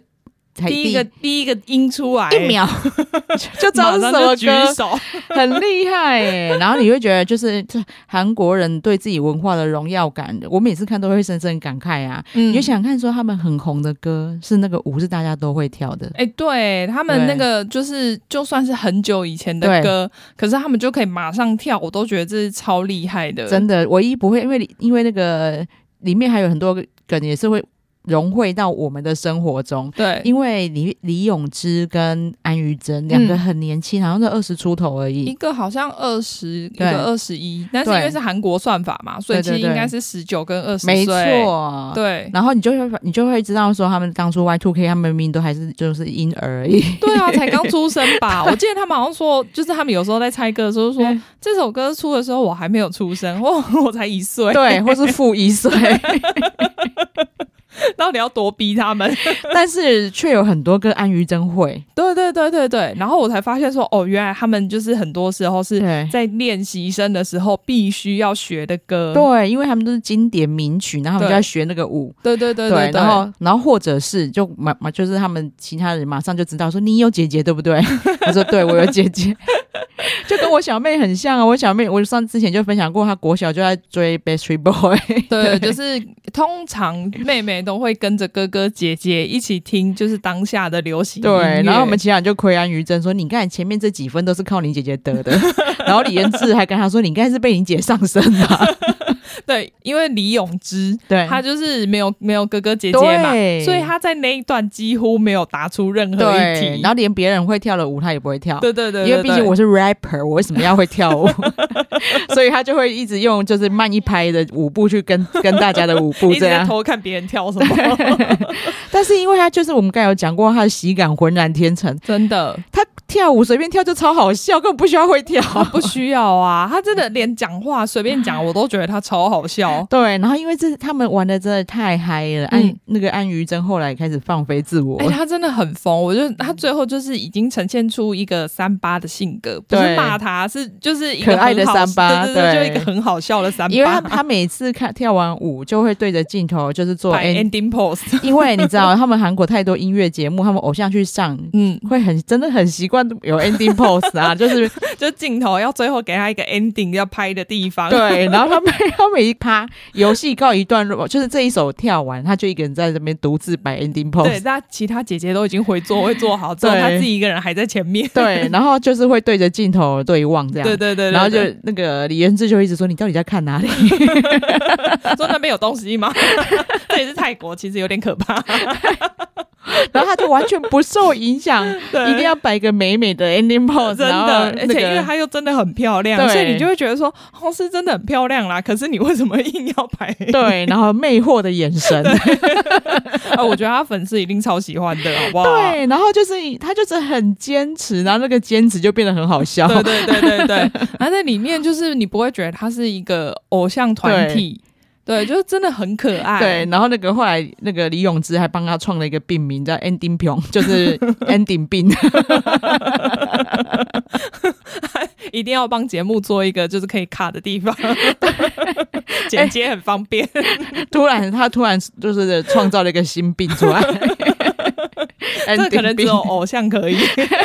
S1: 才
S2: 第一个第一个音出来，
S1: 一秒 *laughs* 就知道
S2: 马
S1: 是什
S2: 上就
S1: 么
S2: 举
S1: 歌，
S2: 手，
S1: 很厉害耶、然后你会觉得，就是这韩国人对自己文化的荣耀感，我每次看都会深深感慨啊。
S2: 嗯
S1: 你就。想看说他们很红的歌是那个舞是大家都会跳的，
S2: 哎、对他们那
S1: 对
S2: 个就是，就算是很久以前的
S1: 对
S2: 歌，可是他们就可以马上跳，我都觉得这是超厉害的，
S1: 真的唯一不会，因为里因为那个里面还有很多梗也是会融汇到我们的生活中。
S2: 对，
S1: 因为李李永芝跟安于贞两个很年轻，好像是二十出头而
S2: 一
S1: 已。
S2: 个好像二十，一
S1: 对
S2: 个二十一，但是因为是韩国算法嘛，所以其实
S1: 对对
S2: 应该是十九跟二十
S1: 没，
S2: 岁。
S1: 错，。
S2: 对
S1: 然后你就会你就会知道说，他们当初 Y Two K 他们明明都还是就是婴儿而
S2: *laughs*
S1: 已。
S2: 对啊，才刚出生吧？我记得他们好像说，就是他们有时候在猜歌的时候说
S1: 对，
S2: 这首歌出的时候我还没有出生，我我才一岁，
S1: 对，或是负一
S2: *laughs*
S1: 岁，
S2: 到底要多逼他们？ *laughs*
S1: 但是却有很多跟安于真会，
S2: 对对对对对。然后我才发现说，哦，原来他们就是很多时候是
S1: 对
S2: 在练习生的时候必须要学的歌。
S1: 对，因为他们都是经典名曲，然后他们
S2: 对
S1: 就要学那个舞，
S2: 对对对对，
S1: 然 *laughs* 后然后或者是就马马就是他们其他人马上就知道说你有姐姐对不对？ *laughs* 他说对我有姐姐， *laughs* 就跟我小妹很像啊。我小妹我上之前就分享过，她国小就在追 Backstreet Boy，
S2: 对，就是通常妹妹都会跟着哥哥姐姐一起听，就是当下的流行音乐
S1: *laughs* 对，然后我们其他人就亏安于真说你看前面这几分都是靠你姐姐得的， *laughs* 然后李延志还跟她说你应该是被你姐上身的、
S2: 对，因为李永芝
S1: 对，
S2: 她就是没有没有哥哥姐姐嘛，
S1: 对
S2: 所以她在那一段几乎没有答出任何一
S1: 对
S2: 题，。
S1: 然后连别人会跳的舞她也不会跳，
S2: 对对对，
S1: 因为毕
S2: 对
S1: 竟我是 rapper，我为什么要会跳
S2: *laughs*
S1: 舞？ *laughs* 所以他就会一直用就是慢一拍的舞步去跟 *laughs* 跟大家的舞步
S2: 一直
S1: 这
S2: 在
S1: 样。
S2: 偷看别人跳
S1: *laughs*
S2: 什么，
S1: 但是因为他就是我们刚才有讲过，他的喜感浑然天成，
S2: 真的
S1: 他跳舞随便跳就超好笑，根本不需要会跳。。
S2: *laughs* 她不需要啊，她真的连讲话随便讲，我都觉得她超好笑
S1: 对，然后因为这他们玩的真的太嗨了，安、
S2: 嗯
S1: 那个安于真后来开始放飞自我，
S2: 哎、
S1: *laughs*
S2: 她真的很疯，我就她最后就是已经呈现出一个三八的性格，不是
S1: 对
S2: 骂她，是就是一个
S1: 可爱的
S2: 很好
S1: 三八
S2: 对对对，
S1: 对
S2: 就一个很好笑的三八，
S1: 因为他他每次看跳完舞就会对着镜头就是做
S2: 摆
S1: end-
S2: ending pose，
S1: 因为你知道他们韩国太多音乐节目，他们偶像去上
S2: 嗯，
S1: 会很真的很习惯有 ending pose 啊，就是
S2: *laughs* 就镜头要最后给他一个 ending 要拍的地方，
S1: 对，然后他每他每一趴游戏告一段落，就是这一首跳完，他就一个人在这边独自摆 ending
S2: *laughs* 对，
S1: pose。
S2: 那其他姐姐都已经回座位坐好，只有
S1: 对
S2: 她自己一个人还在前面，
S1: 对，然后就是会对着镜头对望这样，
S2: *laughs* 对对对，
S1: 然后就
S2: 对
S1: 那个李元志就一直说你到底在看哪里？*laughs*
S2: *laughs* 对说那边有东西吗？这也是泰国，其实有点可怕，
S1: 然后他就完全不受影响，
S2: *laughs* 对
S1: 一定要摆一个美美的 ending pose，
S2: 真
S1: 然后
S2: 的，
S1: 那
S2: 而且因为
S1: 个
S2: 它又真的很漂亮，
S1: 对
S2: 所以你就会觉得说，哦，是真的很漂亮啦。可是你为什么硬要拍？
S1: 对，然后魅惑的眼神，
S2: *laughs*
S1: *laughs*
S2: 啊，我觉得他粉丝一定超喜欢的，好不好？
S1: 对，然后就是他就是很坚持，然后那个坚持就变得很好笑，
S2: 对对对对对， *laughs* 啊，在里面就是你不会觉得它是一个偶像团体，对，就是真的很可爱，
S1: 对，然后那个后来那个李永芝还帮他创了一个病名叫 ending 病， *laughs* 就是 ending 病，
S2: 一定要帮节目做一个就是可以卡的地方， *laughs* 剪接很方便。
S1: *laughs* 突然他突然就是创造了一个新病出 *laughs* 来。
S2: 这可能
S1: ending
S2: 只
S1: 病
S2: 有偶像可以，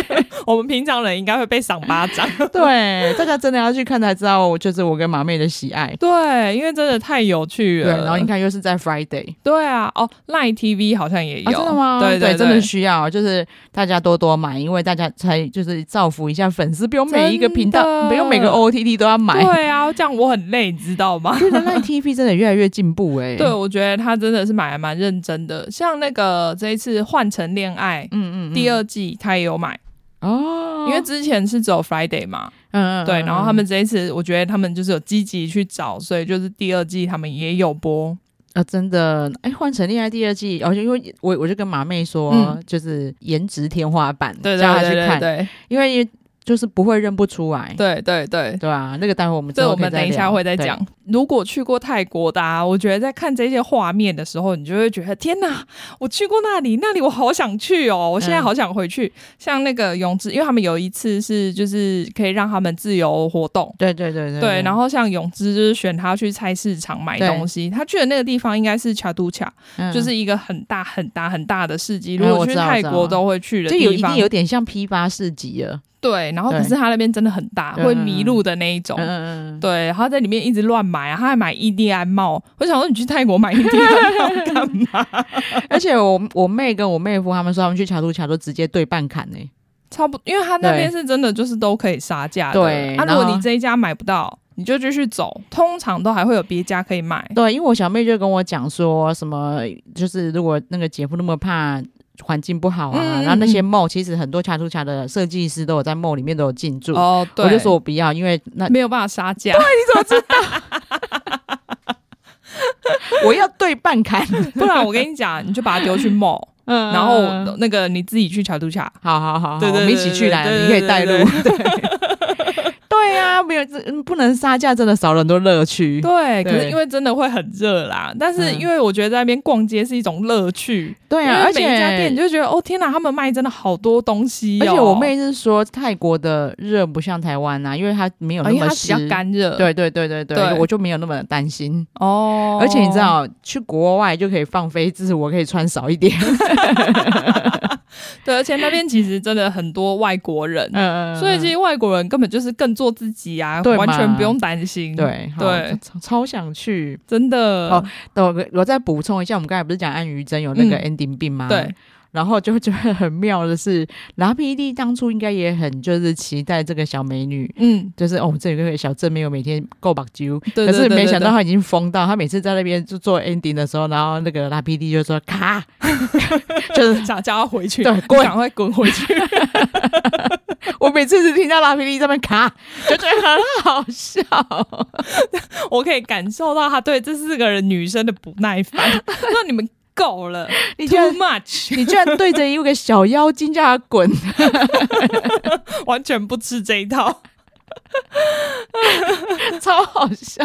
S2: *laughs* 我们平常人应该会被赏巴掌。
S1: *laughs* 对，大家真的要去看才知道，就是我跟马妹的喜爱。
S2: 对，因为真的太有趣
S1: 对，
S2: 了。
S1: 然后你看又是在 Friday，
S2: 对啊，哦，Line TV 好像也有，
S1: 啊，真的吗？
S2: 对
S1: 对
S2: 对，
S1: 真的需要，就是大家多多买，因为大家才就是造福一下粉丝，不用每一个频
S2: 真
S1: 道，
S2: 的
S1: 不用每个 OTT 都要买。 *laughs*
S2: 对啊，这样我很累，你知道吗？
S1: 现在 Line TV 真的越来越进步哎、
S2: *laughs* 对，，我觉得他真的是买还蛮认真的。像那个这一次《换成恋爱》
S1: 嗯嗯，嗯
S2: 第二季，他也有买，
S1: 哦，
S2: 因为之前是只有 Friday 嘛，
S1: 嗯嗯
S2: 对。
S1: 嗯
S2: 然后他们这一次，我觉得他们就是有积极去找，所以就是第二季他们也有播。
S1: 啊，真的，哎，换成恋爱第二季，而、且因为我我就跟马妹说，
S2: 嗯
S1: 就是颜值天花板，
S2: 对对
S1: 叫她去
S2: 对对
S1: 看，
S2: 对
S1: 因为就是不会认不出来，
S2: 对对对。
S1: 对啊，那个待会我们之
S2: 这
S1: 后
S2: 我
S1: 可以
S2: 们等一下
S1: 聊
S2: 会再
S1: 对
S2: 讲。如果去过泰国的、啊，我觉得在看这些画面的时候，你就会觉得天哪，我去过那里，那里我好想去哦，我现在
S1: 嗯
S2: 好想回去。像那个泳池，因为他们有一次是就是可以让他们自由活动。
S1: 对对对对
S2: 对，然后像泳之就是选他去菜市场买
S1: 对
S2: 东西，他去的那个地方应该是卡都卡，
S1: 嗯
S2: 就是一个很大很大很大的市集，
S1: 嗯
S2: 如
S1: 我
S2: 果去
S1: 知道我
S2: 泰
S1: 知道
S2: 国都会去的
S1: 就有
S2: 地
S1: 一定
S2: 方。
S1: 有点像批发市集了，
S2: 对，然后可
S1: 对
S2: 是他那边真的很大，
S1: 嗯
S2: 会迷路的那一种
S1: 嗯。嗯嗯，
S2: 对，然后在里面一直乱买啊，他还买印第安帽。我想说，你去泰国买印第安帽干嘛？ *laughs*
S1: 而且我我妹跟我妹夫他们说，他们去卡都卡都直接对半砍呢、
S2: 差不多，因为他那边是真的就是都可以杀价的。
S1: 对
S2: 啊，
S1: 然
S2: 如
S1: 后
S2: 果你这一家买不到，你就继续走，通常都还会有别家可以买。
S1: 对，因为我小妹就跟我讲说什么，就是如果那个姐夫那么怕环境不好啊，
S2: 嗯
S1: 然后那些梦其实很多恰图恰的设计师都有在梦里面都有进驻。
S2: 哦，对，
S1: 我就说我不要，因为那
S2: 没有办法杀价。对，
S1: *laughs* 我要对半砍。
S2: 不然我跟你讲，你就把它丢去 mall，
S1: *laughs* 嗯
S2: 然后那个你自己去乔都卡。
S1: 好好好，
S2: 对对对
S1: 我们一起去啦，
S2: 对对
S1: 你可以带路
S2: 对。
S1: 对 *laughs* 啊，没有这嗯不能杀价，真的少了很多乐趣。
S2: 对，可是
S1: 对
S2: 因为真的会很热啦，但是
S1: 嗯
S2: 因为我觉得在那边逛街是一种乐趣。
S1: 对啊，而
S2: 因为
S1: 且
S2: 每一家店你就觉得哦天哪，他们卖真的好多东西、哦，
S1: 而且我妹是说泰国的热不像台湾啊，因为它没有
S2: 哦
S1: 那
S2: 因为
S1: 么
S2: 它比
S1: 湿。
S2: 较干热，
S1: 对对对对对，
S2: 对
S1: 我就没有那么担心。
S2: 哦，
S1: 而且你知，道，去国外就可以放飞自我，可以穿少一点。
S2: 对，而且那边其实真的很多外国人，
S1: *laughs* 嗯
S2: 所以其
S1: 实
S2: 实外国人根本就是更做自己啊，
S1: 对嘛
S2: 完全不用担心，，
S1: 对好
S2: 对
S1: 超超想去。
S2: 真的，
S1: 哦等我我再补充一下，我们刚才不是讲安于真有那个
S2: 嗯
S1: ending 病吗？
S2: 对。
S1: 然后就觉得很妙的是，拉皮蒂当初应该也很就是期待这个小美女，
S2: 嗯，
S1: 就是哦，这有个小正妹，我每天够把揪，
S2: 对
S1: 可是
S2: 对对
S1: 没
S2: 对
S1: 想到
S2: 对
S1: 她已经疯到，她每次在那边就做 ending 的时候，然后那个拉 PD 就说 *laughs* 卡，就是
S2: 想叫他回去，
S1: 对
S2: 你
S1: 滚
S2: 赶快滚回去，
S1: 我每次只听到拉 PD 在那边卡，就觉得很好笑。
S2: 我可以感受到他对这四个人女生的不耐烦， *laughs* 说你们够了
S1: 你居
S2: ，too
S1: 然
S2: much，
S1: 你居然对着一个小妖精叫她滚，
S2: 完全不吃这一套。
S1: 超好笑。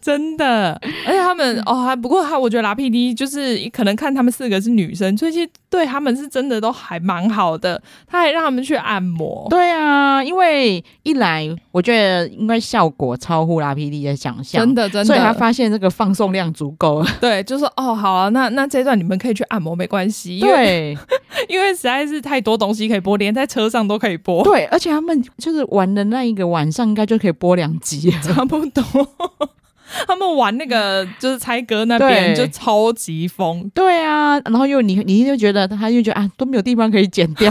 S2: 真的，而且他们哦，还不过他，我觉得拉 PD 就是可能看他们四个是女生，所以其实对他们是真的都还蛮好的。他还让他们去按摩，
S1: 对啊，因为一来我觉得应该效果超乎拉 PD 的想象，
S2: 真的真的，
S1: 所以他发现这个放送量足够了。
S2: 对，就说哦，好啊，那那这一段你们可以去按摩，没关系，因为
S1: 对哦
S2: 因为实在是太多东西可以 *laughs* 播，连在车上都可以播，
S1: 对，而且他们就是玩的那一个晚上，应该就可以播两集了。
S2: 差不 *laughs* 多。他们玩那个就是猜歌那边
S1: 对
S2: 就超级疯，
S1: 对啊，然
S2: *laughs*
S1: 后又你你就觉得他又觉得啊都没有地方可以剪掉，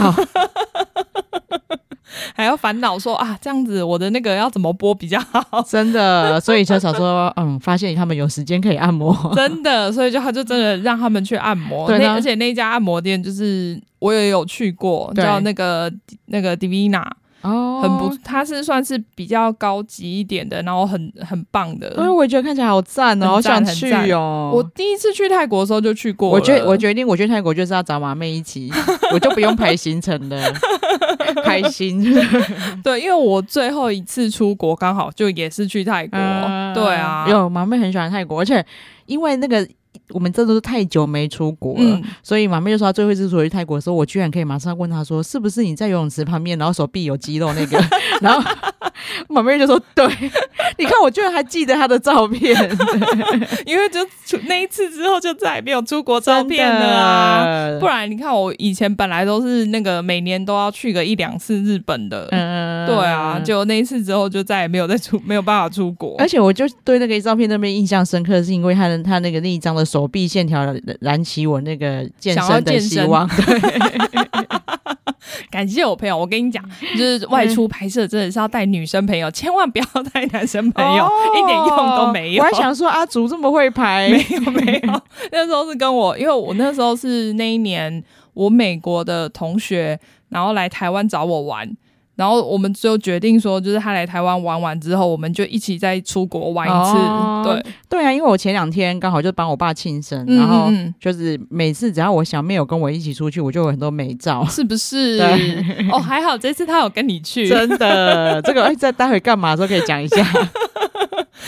S2: 还要烦恼说啊，这样子我的那个要怎么播比较好？
S1: 真的，所以就想说，嗯，发现他们有时间可以按摩， *laughs*
S2: 真的，所以就他就真的让他们去按摩。
S1: 对
S2: 那
S1: 啊
S2: 而且那家按摩店就是我也有去过，
S1: 对
S2: 叫那个那个 Divina，
S1: 哦
S2: 很不，它是算是比较高级一点的，然后很很棒的。
S1: 因为我也觉得看起来好赞哦，好
S2: 很赞
S1: 想去哦。
S2: 我第一次去泰国的时候就去过了，
S1: 我决我决定，我去泰国就是要找马妹一
S2: *laughs*
S1: 起，我就不用排行程了，开心。
S2: 对，因为我最后一次出国刚好就也是去泰国，
S1: 嗯
S2: 对啊，
S1: 有马妹很喜欢泰国，而且因为那个我们真的是太久没出国了，
S2: 嗯，
S1: 所以马妹就说她最后一次出国去泰国的时候，我居然可以马上问她说，是不是你在游泳池旁边，然后手臂有肌肉那
S2: *laughs*
S1: 个？然后马妹就说，对，你看我居然还记得她的照片，
S2: 因为就出那一次之后就再也没有出国照片了啊。
S1: 真的
S2: 不然你看，我以前本来都是那个每年都要去个一两次日本的，
S1: 嗯
S2: 对啊，就那一次之后就再也没有再出， *laughs* 没有办法出国
S1: 而。且我就对那个照片那边印象深刻，是因为他的他那个那一张的手臂线条燃起我那个健
S2: 想要
S1: 身的
S2: 健
S1: 希
S2: 身
S1: 望。
S2: 感谢我朋友，我跟你讲，
S1: 嗯
S2: 就是外出拍摄真的是要带女生朋友，千万不要带男生朋友， *laughs* 一点用都没有。
S1: 哦我还
S2: *laughs*
S1: 想说阿竹这么会排，
S2: 没有没有，那时候是跟我，因为我那时候是那一年我美国的同学，然后来台湾找我玩。然后我们就决定说，就是他来台湾玩完之后，我们就一起再出国玩一次。
S1: 哦
S2: 对，
S1: 对啊，因为我前两天刚好就帮我爸庆生，
S2: 嗯
S1: 然后
S2: 嗯嗯
S1: 就是每次只要我小妹有跟我一起出去，我就有很多美
S2: *laughs*。
S1: 照
S2: 是不是
S1: 对？
S2: 哦，还好这次他有跟你去，
S1: 真的，这个哎，在待会干嘛的时候可以讲一下。 *laughs*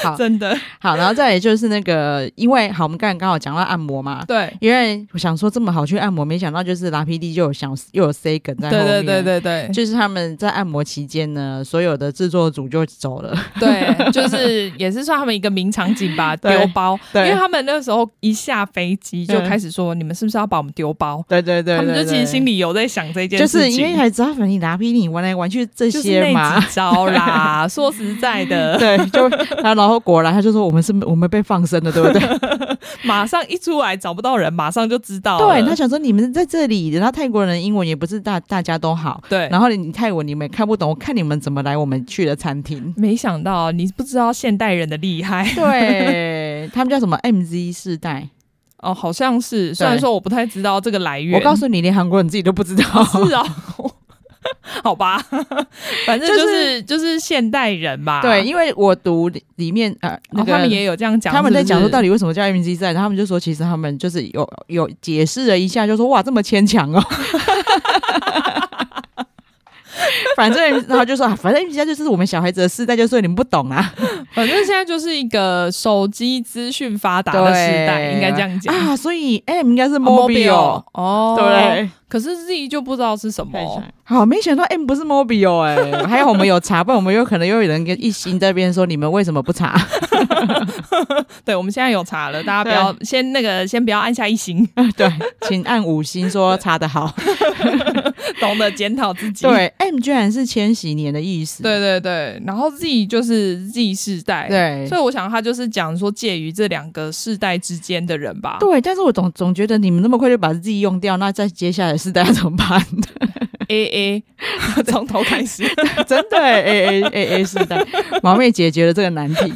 S1: 好
S2: 真的
S1: 好，然后再也就是那个，因为好，我们刚才刚好讲到按摩嘛，
S2: 对
S1: 因为我想说这么好去按摩，没想到就是拉 PD 就有想又有 C 梗在后
S2: 对
S1: 面。
S2: 对对对对
S1: 就是他们在按摩期间呢，所有的制作组就走了。
S2: *laughs* 对，就是也是算他们一个名场景 *laughs* 吧，丢
S1: 对
S2: 包，因
S1: 对
S2: 为他们那时候一下飞机就
S1: 嗯
S2: 开始说，你们是不是要把我们丢包？
S1: 对对对
S2: 他们就其实心
S1: 里
S2: 里有在想这件
S1: 就
S2: 事情，
S1: 是因为才知道，反正你拉 PD 你玩来玩去这
S2: 就是
S1: 些
S2: 那
S1: 嘛。
S2: 几招啦。说实在 *laughs*
S1: *laughs*
S2: 的，
S1: 对，就他，然后果然他就说我们是我们被放生了，对
S2: *laughs*
S1: 不对？
S2: 马上一出来找不到人，马上就知道了。
S1: 对，他想说你们在这里，然后泰国人英文也不是大大家都好，
S2: 对，。
S1: 然后你你泰文你们也看不懂，我看你们怎么来我们去的餐厅
S2: 没想到你不知道现代人的厉害
S1: 对 *laughs* 他们叫什么 MZ 世代，
S2: 哦，好像是。虽然说我不太知道这个来源，
S1: 我告诉你，连韩国人自己都不知道。
S2: 是哦。 *laughs* 好吧， *laughs* 反正就
S1: 就是
S2: 就是现代人吧。
S1: 对，因为我读里里面呃，那
S2: 啊哦，
S1: 个
S2: 他们也有这样讲，
S1: 他们在讲
S2: 是
S1: 说
S2: 不是
S1: 到底为什么叫 MZ 赛，然后他们就说其实他们就是有有解释了一下，就说哇这么牵强哦。 *laughs* 反正，然后就说，啊反正 MZ 赛就是我们小孩子的世代，就说你们不懂啊
S2: 反正现在就是一个手机资讯发达的时代，
S1: 对
S2: 应该这样讲。
S1: 啊，所以 M 应该是
S2: Mobile
S1: mobile，
S2: 哦
S1: 对，不对？
S2: 可是 Z 就不知道是什
S1: 看起
S2: 么
S1: 来，好，没想到 M 不是 mobile 哎、 *laughs* 还有我们有查，不然我们有可能又有人跟一心在那边说你们为什么不
S2: *laughs*
S1: 查？
S2: 对，我们现在有查了，大家不要先那个，先不要按下一星，
S1: 对， *laughs* 请按五星说查的
S2: *laughs*
S1: 好。
S2: 懂得检讨自己。
S1: 对，M 居然是千禧年的意思。
S2: 对对对，然后 Z 就是 Z 世代，，
S1: 对
S2: 所以我想他就是讲说介于这两个世代之间的人吧。
S1: 对，但是我总总觉得你们那么快就把 Z 用掉，那在接下来是大家怎么办？ *laughs*
S2: ，A A，从头开始。
S1: 真的，A 欸 A A A 时代，毛妹解决了这个难题。 *laughs*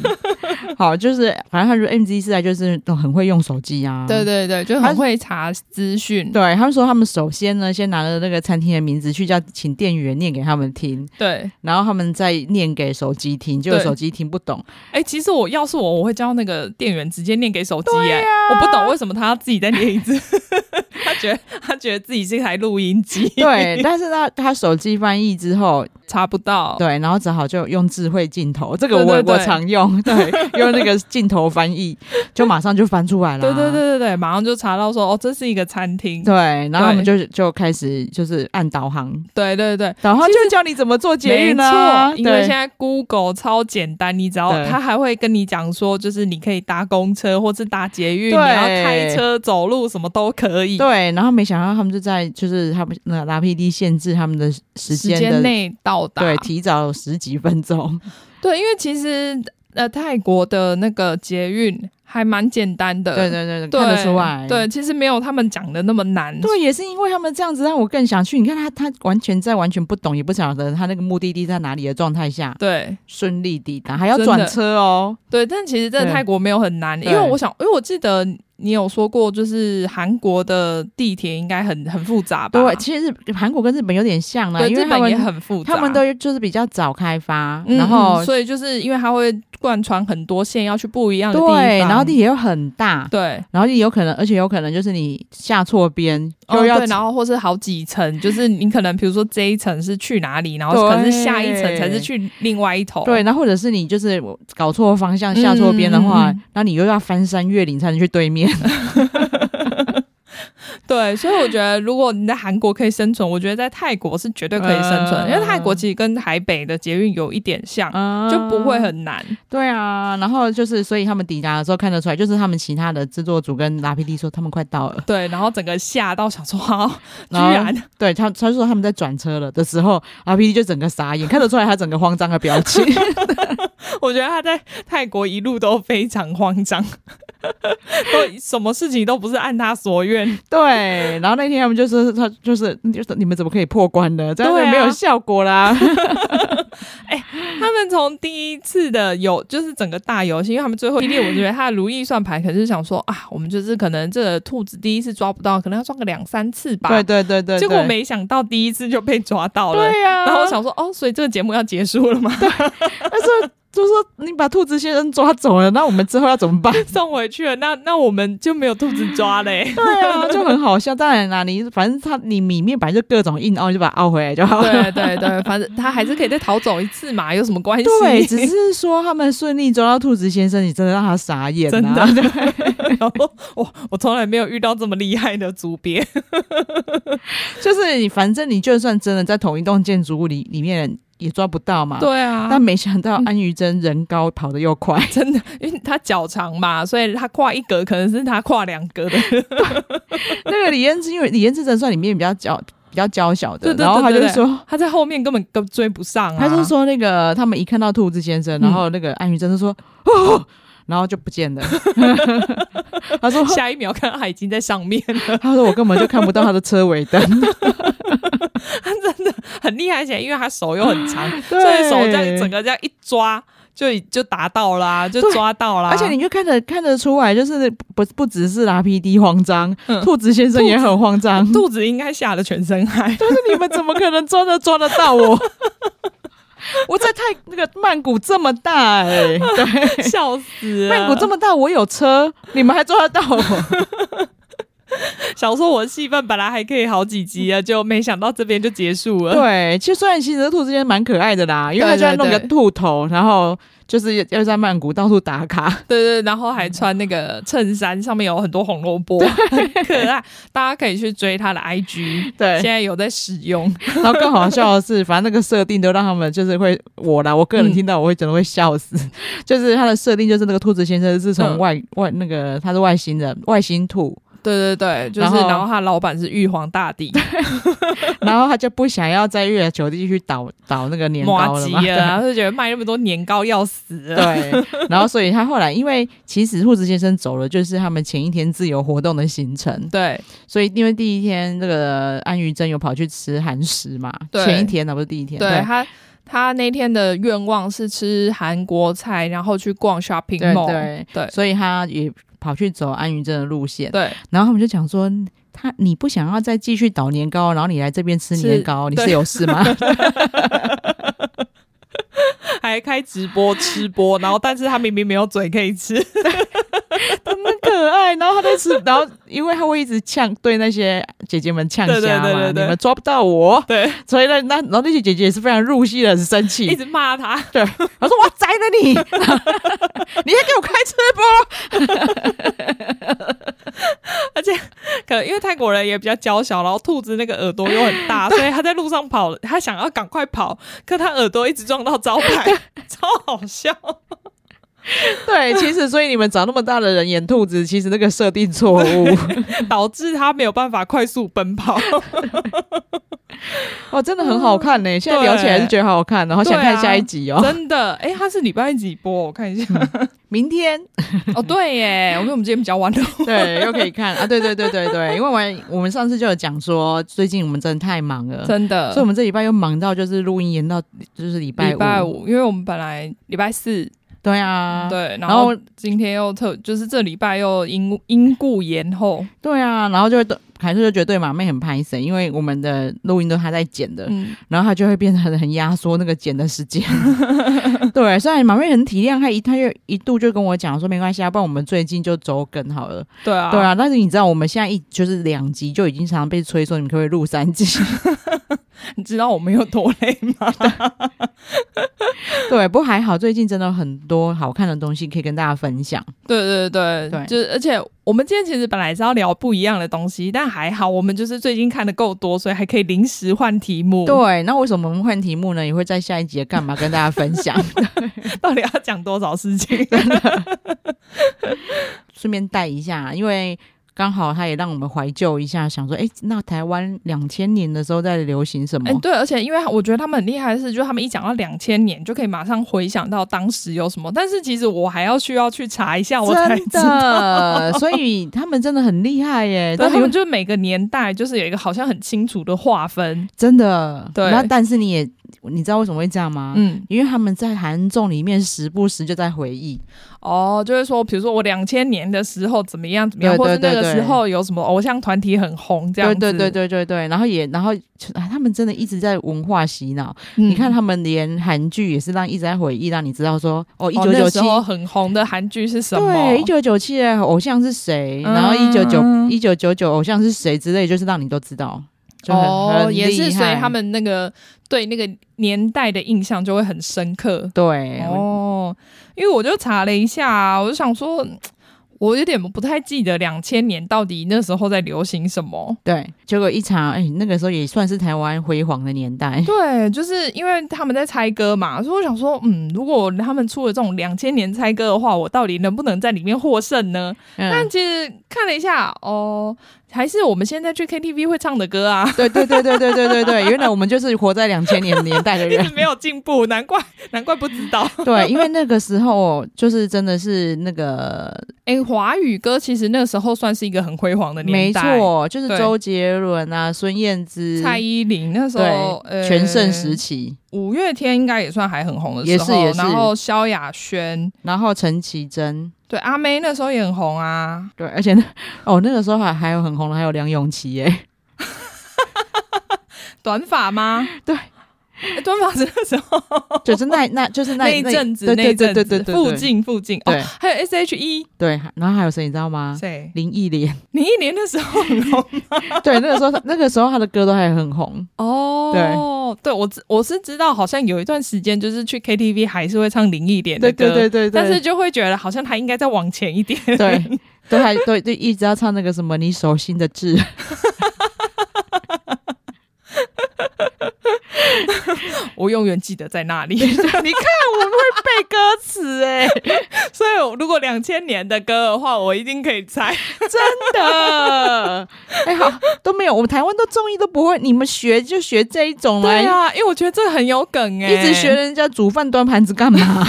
S1: 好，就是反正他说 M Z 时代就是都很会用手机啊。
S2: *laughs* 对对对，就
S1: 他
S2: 很
S1: 是
S2: 会查资讯。
S1: 对他们说，他们首先呢，先拿了那个餐厅的名字去叫请店员念给他们听，
S2: 对，
S1: 然后他们再念给手机听，结果
S2: 对
S1: 手机听不
S2: *laughs*
S1: 懂。
S2: 哎、其实我要是我，我会叫那个店员直接念给手机、哎、我不懂为什么他要自己再念一次， *laughs* 他觉得他觉得自己是台录音机，
S1: 对，但是他他手机翻译之后，
S2: 查不到。
S1: 对，然后只好就用智慧镜头，这个我
S2: 对对对
S1: 我常
S2: *laughs*
S1: 用，对，用那个镜头翻译，就马上就翻出来了。
S2: 对对对对对，马上就查到说哦，这是一个餐厅。
S1: 对，然后他们就就开始就是按导航，
S2: 对对对，
S1: 导航就教你怎么做捷
S2: 没
S1: 运
S2: 错
S1: 啊，，
S2: 因为
S1: 对
S2: 现在 Google 超简单，你只要
S1: 对
S2: 他还会跟你讲说，就是你可以搭公车或是搭捷运，你
S1: 对
S2: 要开车、走路什么都可以。
S1: 对，然后没想到他们就在就是他们那拉 PD 限制他们的时
S2: 时
S1: 间的
S2: 间内到达，
S1: 对，提早十几分钟，
S2: 对，因为其实呃泰国的那个捷运还蛮简单的，
S1: 对对对，
S2: *laughs* 对，
S1: 看得出来。
S2: 对，其实没有他们讲的那么难。
S1: 对，也是因为他们这样子，让我更想去。你看他，他完全在完全不懂也不晓得他那个目的地在哪里的状态下，
S2: 对
S1: 顺利抵达，还要
S2: 真的
S1: 转车哦。
S2: 对，但其实真的
S1: 对
S2: 泰国没有很难，因
S1: 对
S2: 为我想，因为我记得你有说过，就是韩国的地铁应该很很复杂吧？
S1: 对，其实日韩国跟日本有点像啦，
S2: 对，
S1: 啊因为
S2: 日
S1: 他
S2: 本也
S1: 们
S2: 很复杂，
S1: 他们都就是比较早开发，
S2: 嗯。
S1: 然后
S2: 嗯所以就是因为它会贯穿很多线，要去不一样的地方，
S1: 对，然后地铁又很大，
S2: 对
S1: 然后也有可能，而且有可能就是你下错边，
S2: 哦
S1: 就要、
S2: 对，然后或是好几层，就是你可能比如说这一层是去哪里，然后可能是下一层才是去另外一头，
S1: 对，然后或者是你就是搞错方向下错边的话，
S2: 嗯嗯嗯
S1: 那你又要翻山越岭才能去对面。
S2: 对，所以我觉得，如果你在韩国可以生存，我觉得在泰国是绝对可以生存，
S1: 嗯
S2: 因为泰国其实跟台北的捷运有一点像，
S1: 啊
S2: *laughs* 就不会很难。
S1: *laughs* 对啊，然后就是，所以他们抵达的时候看得出来，就是他们其他的制作组跟拉 PD 说他们快到了， *laughs*
S2: 对，然后整个吓到想说， *laughs* 好，居
S1: 然后
S2: 然
S1: 对他他说他们在转车了的时候，拉 PD 就整个傻眼，看得出来他整个慌张的表情。
S2: 我觉得他在泰国一路都非常慌张， *laughs* 都什么事情都不是按他所愿。
S1: *laughs* 对，然后那天他们就是他就是就是你们怎么可以破关呢？这样
S2: 对
S1: 就
S2: 啊
S1: 没有效果 *laughs* 啦。
S2: *laughs* 他们从第一次的游，就是整个大游戏，因为他们最后一列，我觉得他的如意算盘可能是想说啊，我们就是可能这个兔子第一次抓不到，可能要抓个两三次吧。
S1: 对对对
S2: *laughs*
S1: 对，
S2: 结果
S1: 对
S2: 没想到第一次就被抓到了。
S1: 对啊呀、
S2: 然后我想说，哦，所以这个节目要结束了吗？
S1: 但是就说你把兔子先生抓走了，那我们之后要怎么 *laughs* 办？
S2: *laughs* 送回去了，那那我们就没有兔子抓嘞、
S1: 对啊，就很好笑。当然啦，你反正他你里面本来就各种硬凹，你就把它凹回来就好了。
S2: *laughs* 对对对，反正他还是可以再逃走一次嘛，有什么关系？
S1: *laughs* 对，只是说他们顺利抓到兔子先生，你真的让他傻眼、
S2: *laughs* *laughs* 真
S1: 啊，
S2: 的。然后 *laughs* 我我从来没有遇到这么厉害的组别。
S1: *laughs* 就是你反正你就算真的在同一栋建筑物里里面也抓不到嘛。、
S2: 对啊
S1: 但没想到安于真人高跑得又快，
S2: 真的，因为他脚长嘛，所以他跨一格可能是他跨两格的。
S1: 那个李彦志，因为李彦志真的算里面比较娇比较娇小的，
S2: 对对对
S1: 然后他就
S2: 对对
S1: 说。
S2: 他在后面根本跟追不上啊！嗯
S1: 他就说那个他们一看到兔子先生，然后那个安于真就说、哦，然后就不见了。 *laughs* 他
S2: *laughs*
S1: 说
S2: 下一秒看到他已经在上面了。
S1: 他说我根本就看不到他的车尾灯，
S2: *laughs* 很厉害起来，因为他手又很长，所
S1: 对
S2: 以手这样整个这样一抓，就已就达到啦，就抓到啦。
S1: 而且你就看得看得出来，就是不不只是拉 PD 慌张，
S2: 嗯
S1: 兔子先生也很慌张。就
S2: 肚子应该吓得全身汗。
S1: 是你们怎么可能抓得抓得到
S2: *laughs*
S1: 我？我在泰那个曼谷这么大哎、
S2: *laughs* 啊
S1: 对，
S2: 笑
S1: *laughs*
S2: 死了！
S1: 曼谷这么大，我有车，你们还抓得到我？
S2: 想说我的戏份本来还可以好几集啊，就没想到这边就结束 *laughs* 了。
S1: 对，其实虽然其实兔子先生蛮可爱的啦，因为他就在弄个
S2: 对对对
S1: 兔头，然后就是要在曼谷到处打
S2: *laughs*
S1: 卡。
S2: 对对，然后还穿那个衬衫，上面有很多红萝卜，很可爱。大家可以去追他的 IG，
S1: 对
S2: 现，在有在使用。
S1: *laughs*
S2: *laughs*
S1: 然后更好笑的是，反正那个设定都让他们就是会我啦，我个人
S2: 嗯
S1: 听到我会真的会笑死。 *laughs* 就是他的设定就是那个兔子先生是从
S2: 嗯
S1: 外、外那个他是外星人外星
S2: *laughs*
S1: 兔，
S2: 对对对，就是
S1: 然后
S2: 然后他老板是玉皇大帝，
S1: 然后他就不想要在月球地区倒倒那个年糕
S2: 麻
S1: 了
S2: 吉啊
S1: 嘛。
S2: 了， *laughs* 然后就觉得卖那么多年糕要死了。
S1: *laughs* 对，然后所以他后来，因为其实兔子先生走了，就是他们前一天自由活动的行程，
S2: 对，
S1: 所以因为第一天那个安于真有跑去吃韩食嘛，
S2: 对
S1: 前一天那啊不是第一天，
S2: 对他，他那天的愿望是吃韩国菜，然后去逛 shopping
S1: 对
S2: mall
S1: 对
S2: 对
S1: 所以他也跑去走安于真的路线
S2: 对。
S1: 然后他们就讲说，他你不想要再继续倒年糕，然后你来这边吃
S2: 是
S1: 年糕，你是
S2: 对
S1: 有事 *laughs* 吗？
S2: 还开直播吃播，然后但是他明明没有嘴可以 *laughs* 吃，
S1: 很可爱。然后他在吃，然后因为他会一直呛对那些姐姐们呛
S2: 对对
S1: 虾
S2: 对
S1: 嘛，
S2: 对对
S1: 你们抓不到我，
S2: 对，
S1: 所以呢，那然后那些姐姐也是非常入戏的，很生
S2: *laughs* 一
S1: 气。
S2: 直骂他。
S1: 他说：“我要宰了你！ *laughs* 你还给我开吃播
S2: 可能因为泰国人也比较娇小，然后兔子那个耳朵又很 *laughs* 大，所以他在路上跑，他 *laughs* 想要赶快跑，可他耳朵一直撞到招牌，超好笑。
S1: *laughs* 对，其实所以你们找那么大的人演兔子，其实那个设定错
S2: *laughs*
S1: 误。
S2: 导致他没有办法快速奔跑。
S1: 哇，哦真的很好看呢、现在聊起来是觉得好好看，然后
S2: 嗯对
S1: 想看下一
S2: 啊
S1: 集哦。
S2: *laughs* 真的，哎、他是礼拜几播？我看一下。
S1: 明天
S2: *laughs* 哦，对耶，我觉得我们今天比较晚 *laughs* 了。
S1: *laughs* 对又可以看啊，对对对对对，因为我们我们上次就有讲说，最近我们真的太忙了，
S2: 真的，
S1: 所以我们这礼拜又忙到就是录音延到就是礼拜
S2: 礼拜五，因为我们本来礼拜四
S1: 对啊，
S2: 对，然
S1: 然后
S2: 后今天又特，就是这礼拜又因因故延 *laughs* 后，
S1: 对啊，然后就会对凯特就觉得对马妹很拍谁，因为我们的录音都他在剪的，
S2: 嗯，
S1: 然后他就会变得很很压缩那个剪的时间。对，虽然马妹很体谅，她一她就一度就跟我讲说没关系啊，不然我们最近就周更好了。
S2: 对啊，
S1: 对，啊，但是你知道我们现在一就是两集就已经常常被催说你们可不可以录三集？
S2: 你知道我们有多累吗？
S1: 对，不过还好最近真的很多好看的东西可以跟大家分享。
S2: 对 *laughs* 对对，
S1: 对
S2: 就是而且我们今天其实本来是要聊不一样的东西，但还好我们就是最近看的够多，所以还可以临时换题目。，
S1: 对，那为什么我们换题目呢？也会在下一集的干嘛跟大家分享？
S2: *laughs* 到底要讲多少事情？
S1: 顺便带一下，因为刚好他也让我们怀旧一下，想说，哎，那台湾两千年的时候在流行什么？
S2: 哎、对，而且因为我觉得他们很厉害的是，就是他们一讲到两千年，就可以马上回想到当时有什么。但是其实我还要需要去查一下，啊我才
S1: 真
S2: 知道。
S1: 的，所以他们真的很厉害耶！
S2: 对，
S1: 但
S2: 他
S1: 他
S2: 们
S1: 们
S2: 就是每个年代就是有一个好像很清楚的划分。
S1: 真的，
S2: 对
S1: 那但是你也，你知道为什么会这样吗？
S2: 嗯，
S1: 因为他们在韩综里面时不时就在回忆，
S2: 哦，就是说，比如说我两千年的时候怎么样怎么样，
S1: 对对
S2: 或是那
S1: 对
S2: 个
S1: 对
S2: 时候有什么偶像团体很红，这样
S1: 对
S2: 子。
S1: 对对对对对，然后也然后哎他们真的一直在文化洗脑。
S2: 嗯
S1: 你看他们连韩剧也是让一直在回忆，让你知道说哦，一
S2: 哦
S1: 九
S2: 那
S1: 九
S2: 时
S1: 七
S2: 候很红的韩剧是什么？
S1: 对，一九九七的偶像是谁？
S2: 嗯
S1: 然后一九九
S2: 嗯
S1: 一九九九偶像是谁之类，就是让你都知道。就很
S2: 哦，
S1: 很
S2: 也是，
S1: 厉
S2: 所以
S1: 害
S2: 他们那个对那个年代的印象就会很深刻。
S1: 对，
S2: 哦，因为我就查了一下、我就想说，嗯我有点不太记得两千年到底那时候在流行什么。
S1: 对，结果一查，哎、那个时候也算是台湾辉煌的年代。
S2: 对，就是因为他们在猜歌嘛，所以我想说，嗯，如果他们出了这种两千年猜歌的话，我到底能不能在里面获胜呢？但
S1: 嗯，
S2: 其实看了一下，哦，还是我们现在去 KTV 会唱的
S1: *laughs*
S2: 歌啊，
S1: 对对对对对对对对，原来我们就是活在两千年年代的
S2: *laughs* 一
S1: 人
S2: 直。没有进步，难怪难怪不知
S1: *laughs*
S2: 道。
S1: 对，因为那个时候就是真的是那个，
S2: 哎、华语歌其实那时候算是一个很辉煌的
S1: 没
S2: 年代，
S1: 错，就是
S2: 对
S1: 周杰伦啊、孙燕姿、
S2: 蔡依林那时候，呃，
S1: 全盛时期，
S2: 五月天应该也算还很红的
S1: 也
S2: 时
S1: 是
S2: 候，
S1: 也是
S2: 然后萧亚轩，
S1: 然后陈绮贞，
S2: 对阿妹那时候也很红啊，
S1: 对，而且 *laughs* 那哦那个时候还还有很红的，还有梁咏琪耶。
S2: *laughs* 短发吗？
S1: *laughs* 对
S2: 诶，短发是那时候
S1: 就是那那就是 *laughs* 那
S2: 那一阵子，
S1: 对
S2: 那
S1: 对
S2: 一阵
S1: 对
S2: 子
S1: 对对对，
S2: 附近附近哦
S1: 对，
S2: 还有 S H E
S1: 对，然后还有谁你知道吗？
S2: 谁？
S1: 林忆莲，
S2: 林忆莲那时候很红
S1: *laughs* 对，那个时候她那个时候她的歌都还很红，
S2: 哦，对，我知我是知道，好像有一段时间就是去 K T V 还是会唱林忆莲的
S1: 对
S2: 歌，
S1: 对对对对，
S2: 但是就会觉得好像她应该再往前
S1: *laughs*
S2: 一点， *laughs*
S1: 对，都还对对一直要唱那个什么你手心的痣，
S2: 我永远记得在
S1: *laughs*
S2: 那里。
S1: 你看我们会背歌词
S2: 欸
S1: 哎、
S2: 所以如果两千年的歌的话，我一定可以猜。
S1: 真的， *laughs* 哎、好都没有，我们台湾都综艺都不会，你们学就学这一种来。
S2: 对啊， *laughs* 因为我觉得这很有梗哎、
S1: 一直学，人家煮饭端盘子干嘛？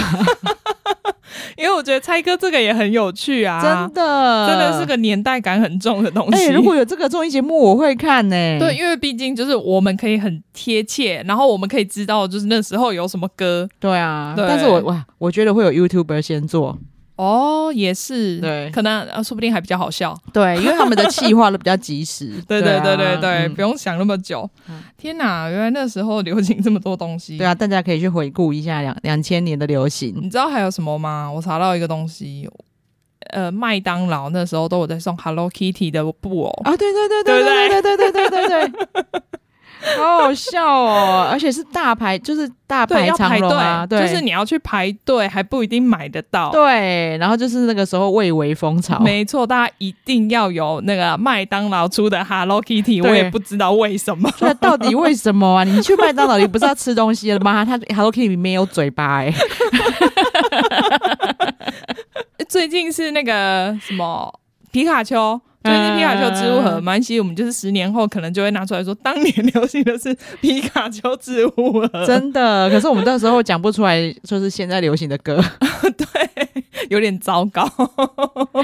S2: 因为我觉得猜歌这个也很有趣 *laughs* 啊，
S1: 真的，
S2: 真的是个年代感很重的东西。嗯
S1: 哎、如果有这个综艺节目，我会看呢、
S2: 对，，因为毕竟就是我们可以很贴切，然后我们可以知道就是那时候有什么歌
S1: 对啊，
S2: 对
S1: 但是我哇，我觉得会有 YouTuber 先做，
S2: 哦，也是
S1: 对
S2: 可能、啊、说不定还比较好笑。
S1: 对，因为他们的气划都比较及时，*laughs*
S2: 对
S1: 对
S2: 对
S1: 啊
S2: 对对对，
S1: 嗯
S2: 不用想那么久。
S1: 嗯
S2: 天哪，原来那时候流行这么多东西。
S1: 对啊，大家可以去回顾一下两两千年的流行，
S2: 你知道还有什么吗？我查到一个东西，呃，麦当劳那时候都有在送 Hello Kitty 的布偶，
S1: 啊，对对对
S2: 对不
S1: 对对对对对对对对，好好笑哦！而且是大排，就是大
S2: 对，
S1: 排
S2: 要
S1: 长
S2: 排
S1: 龙啊，
S2: 队，
S1: 对，
S2: 就是你要去排队，还不一定买得到。
S1: 对，然后就是那个时候蔚为风潮，
S2: 没错，大家一定要有那个麦当劳出的 Hello Kitty，
S1: 对
S2: 我也不知道为什
S1: *laughs*
S2: 么。
S1: 那到底为什么啊？你去麦当劳，你不是要吃东西了吗？他 Hello Kitty 没有嘴巴哎、
S2: 最近是那个什么皮卡丘。最近皮卡丘之物盒，
S1: 嗯
S2: 没关系，我们就是十年后可能就会拿出来说，当年 *laughs* 流行的是皮卡丘之物盒，
S1: 真的。可是我们到时候讲不出来，就是现在流行的歌，
S2: 有点糟糕。
S1: 好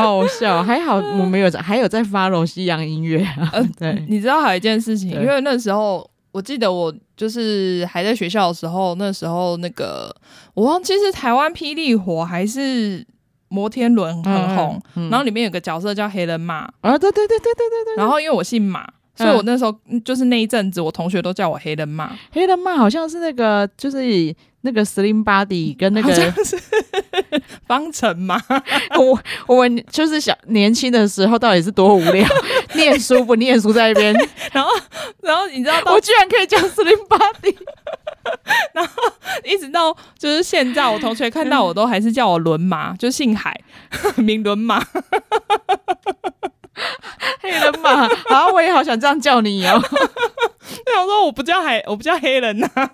S1: 好笑。还好我们有还有在 follow 西洋音乐啊，对，
S2: 你知道还有一件事情，
S1: 对
S2: 因为那时候我记得我就是还在学校的时候，那时候那个我忘记是台湾霹雳火还是摩天轮很红，
S1: 嗯嗯
S2: 然后里面有个角色叫黑人马，
S1: 啊，对对对对对对对，
S2: 然后因为我姓马。所以我那时候嗯就是那一阵子，我同学都叫我黑人马，
S1: *laughs* 黑人骂好像是那个就是。那个 Slim Body 跟那
S2: 好
S1: 个
S2: 像是方程马， *laughs*
S1: *laughs* 我我们就是小年轻的时候到底是多无聊，念书不念书在那 *laughs* 边，
S2: 然后然后你知道到
S1: 我居然可以讲 Slim *laughs* Body，
S2: 一直到就是现在，我同学看到我都还是叫我伦马，就姓海， *laughs* 名伦马。 *laughs*
S1: 黑人骂，啊，我也好想这样叫你哦，
S2: 我想说我不叫海，我不叫黑人呐、
S1: *laughs*
S2: 啊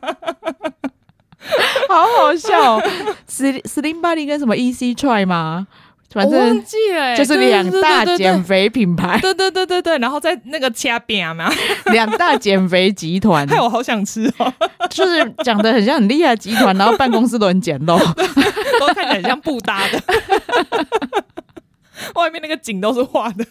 S1: 好好笑、哦。Slim Slim Body 跟什么 EC Try 吗？反
S2: 我忘
S1: 正
S2: 记了、欸，
S1: 就是两大
S2: 对
S1: 减。肥品牌，
S2: 对对对对对对对对，然后在那个掐饼嘛，
S1: *laughs* 两大减肥集 *laughs* 团，
S2: *laughs* 害我好想吃哦， *laughs*
S1: 就是讲的很像很厉害的集团，然后办公室都很简 *laughs* 陋。
S2: 都看起来很像布搭的， *laughs* 外面那个景都是画的。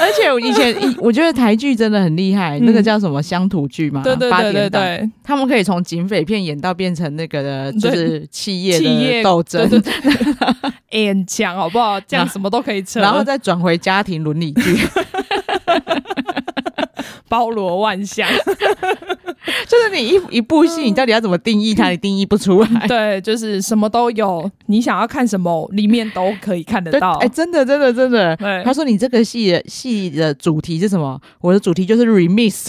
S1: 而且我以前以我觉得台剧真的很厉害，
S2: 嗯
S1: 那个叫什么乡土剧嘛，
S2: 对对
S1: 啊八
S2: 对
S1: 点
S2: 对哎
S1: 档，
S2: 对，
S1: 他们可以从警匪片演到变成那个的就是企业
S2: 企业
S1: 的斗争，
S2: 对对哎很强好不好？这样什么都可以扯，
S1: 啊然后再转回家庭伦
S2: *laughs*
S1: 理剧，
S2: 包罗万象。
S1: 就是你一一部戏，你到底要怎么定义
S2: *laughs*
S1: 它？你定义不出来。
S2: 对，就是什么都有，你想要看什么里面都可以看得
S1: 对，
S2: 到
S1: 哎、。真的，真的，真的。
S2: 对
S1: 他说你这个戏的戏的主题是什么？我的主题就是 remix，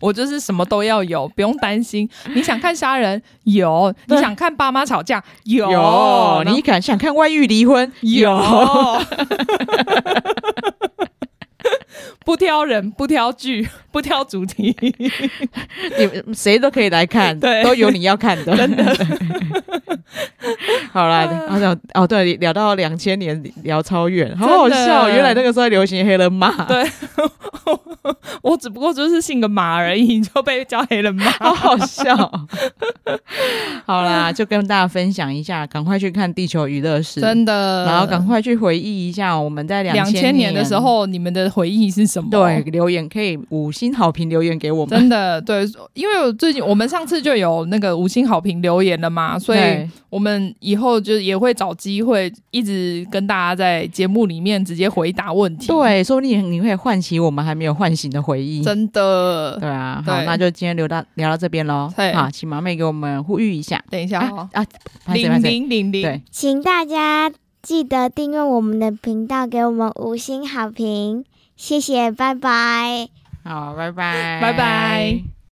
S2: 我就是什么都要有，不用担心。你想看杀人有，你
S1: 对
S2: 想看爸妈吵架有，
S1: 有你敢想看外遇离婚
S2: 有， *laughs* 不挑人，不挑剧， *laughs* 不挑
S1: *laughs*
S2: 主题，
S1: 你谁都可以来看，
S2: 对
S1: 都有你要看
S2: *laughs*
S1: 的。真的， *laughs* 好啦，好像哦，对，聊到两千年聊超远，好好笑哦。
S2: 啊真的
S1: 原来那个时候还流行黑人骂，
S2: 对我只不过就是姓个马而已，就被叫黑人马。
S1: *laughs* 好好笑 *laughs* 哦。好啦，就跟大家分享一下，赶快去看《地球娱乐室》，
S2: 的
S1: 然后赶快去回忆一下我们在
S2: 两千
S1: 千
S2: 年的时。候，你们的回忆是什么？
S1: 对，。留言可以五星好评留言给我们。
S2: 真的对，因为我最近我们上次就有那个五星好评留言了嘛，所以
S1: 对
S2: 我们以后就也会找机会一直跟大家在节目里面直接回答问题。，
S1: 对，说不定你会唤起我们还没有唤醒的回忆。
S2: 真的。
S1: 对啊，好，
S2: 对
S1: 那就今天聊到聊到这边喽
S2: 对。
S1: 好，请麻妹给我们呼吁一下。
S2: 等一下哦
S1: 啊，啊拍谁拍
S2: 零
S1: 谁？
S2: 零零零，
S1: 对，
S3: 请大家记得订阅我们的频道，给我们五星好评，谢谢，拜拜。
S1: 好，拜拜，
S2: 拜拜。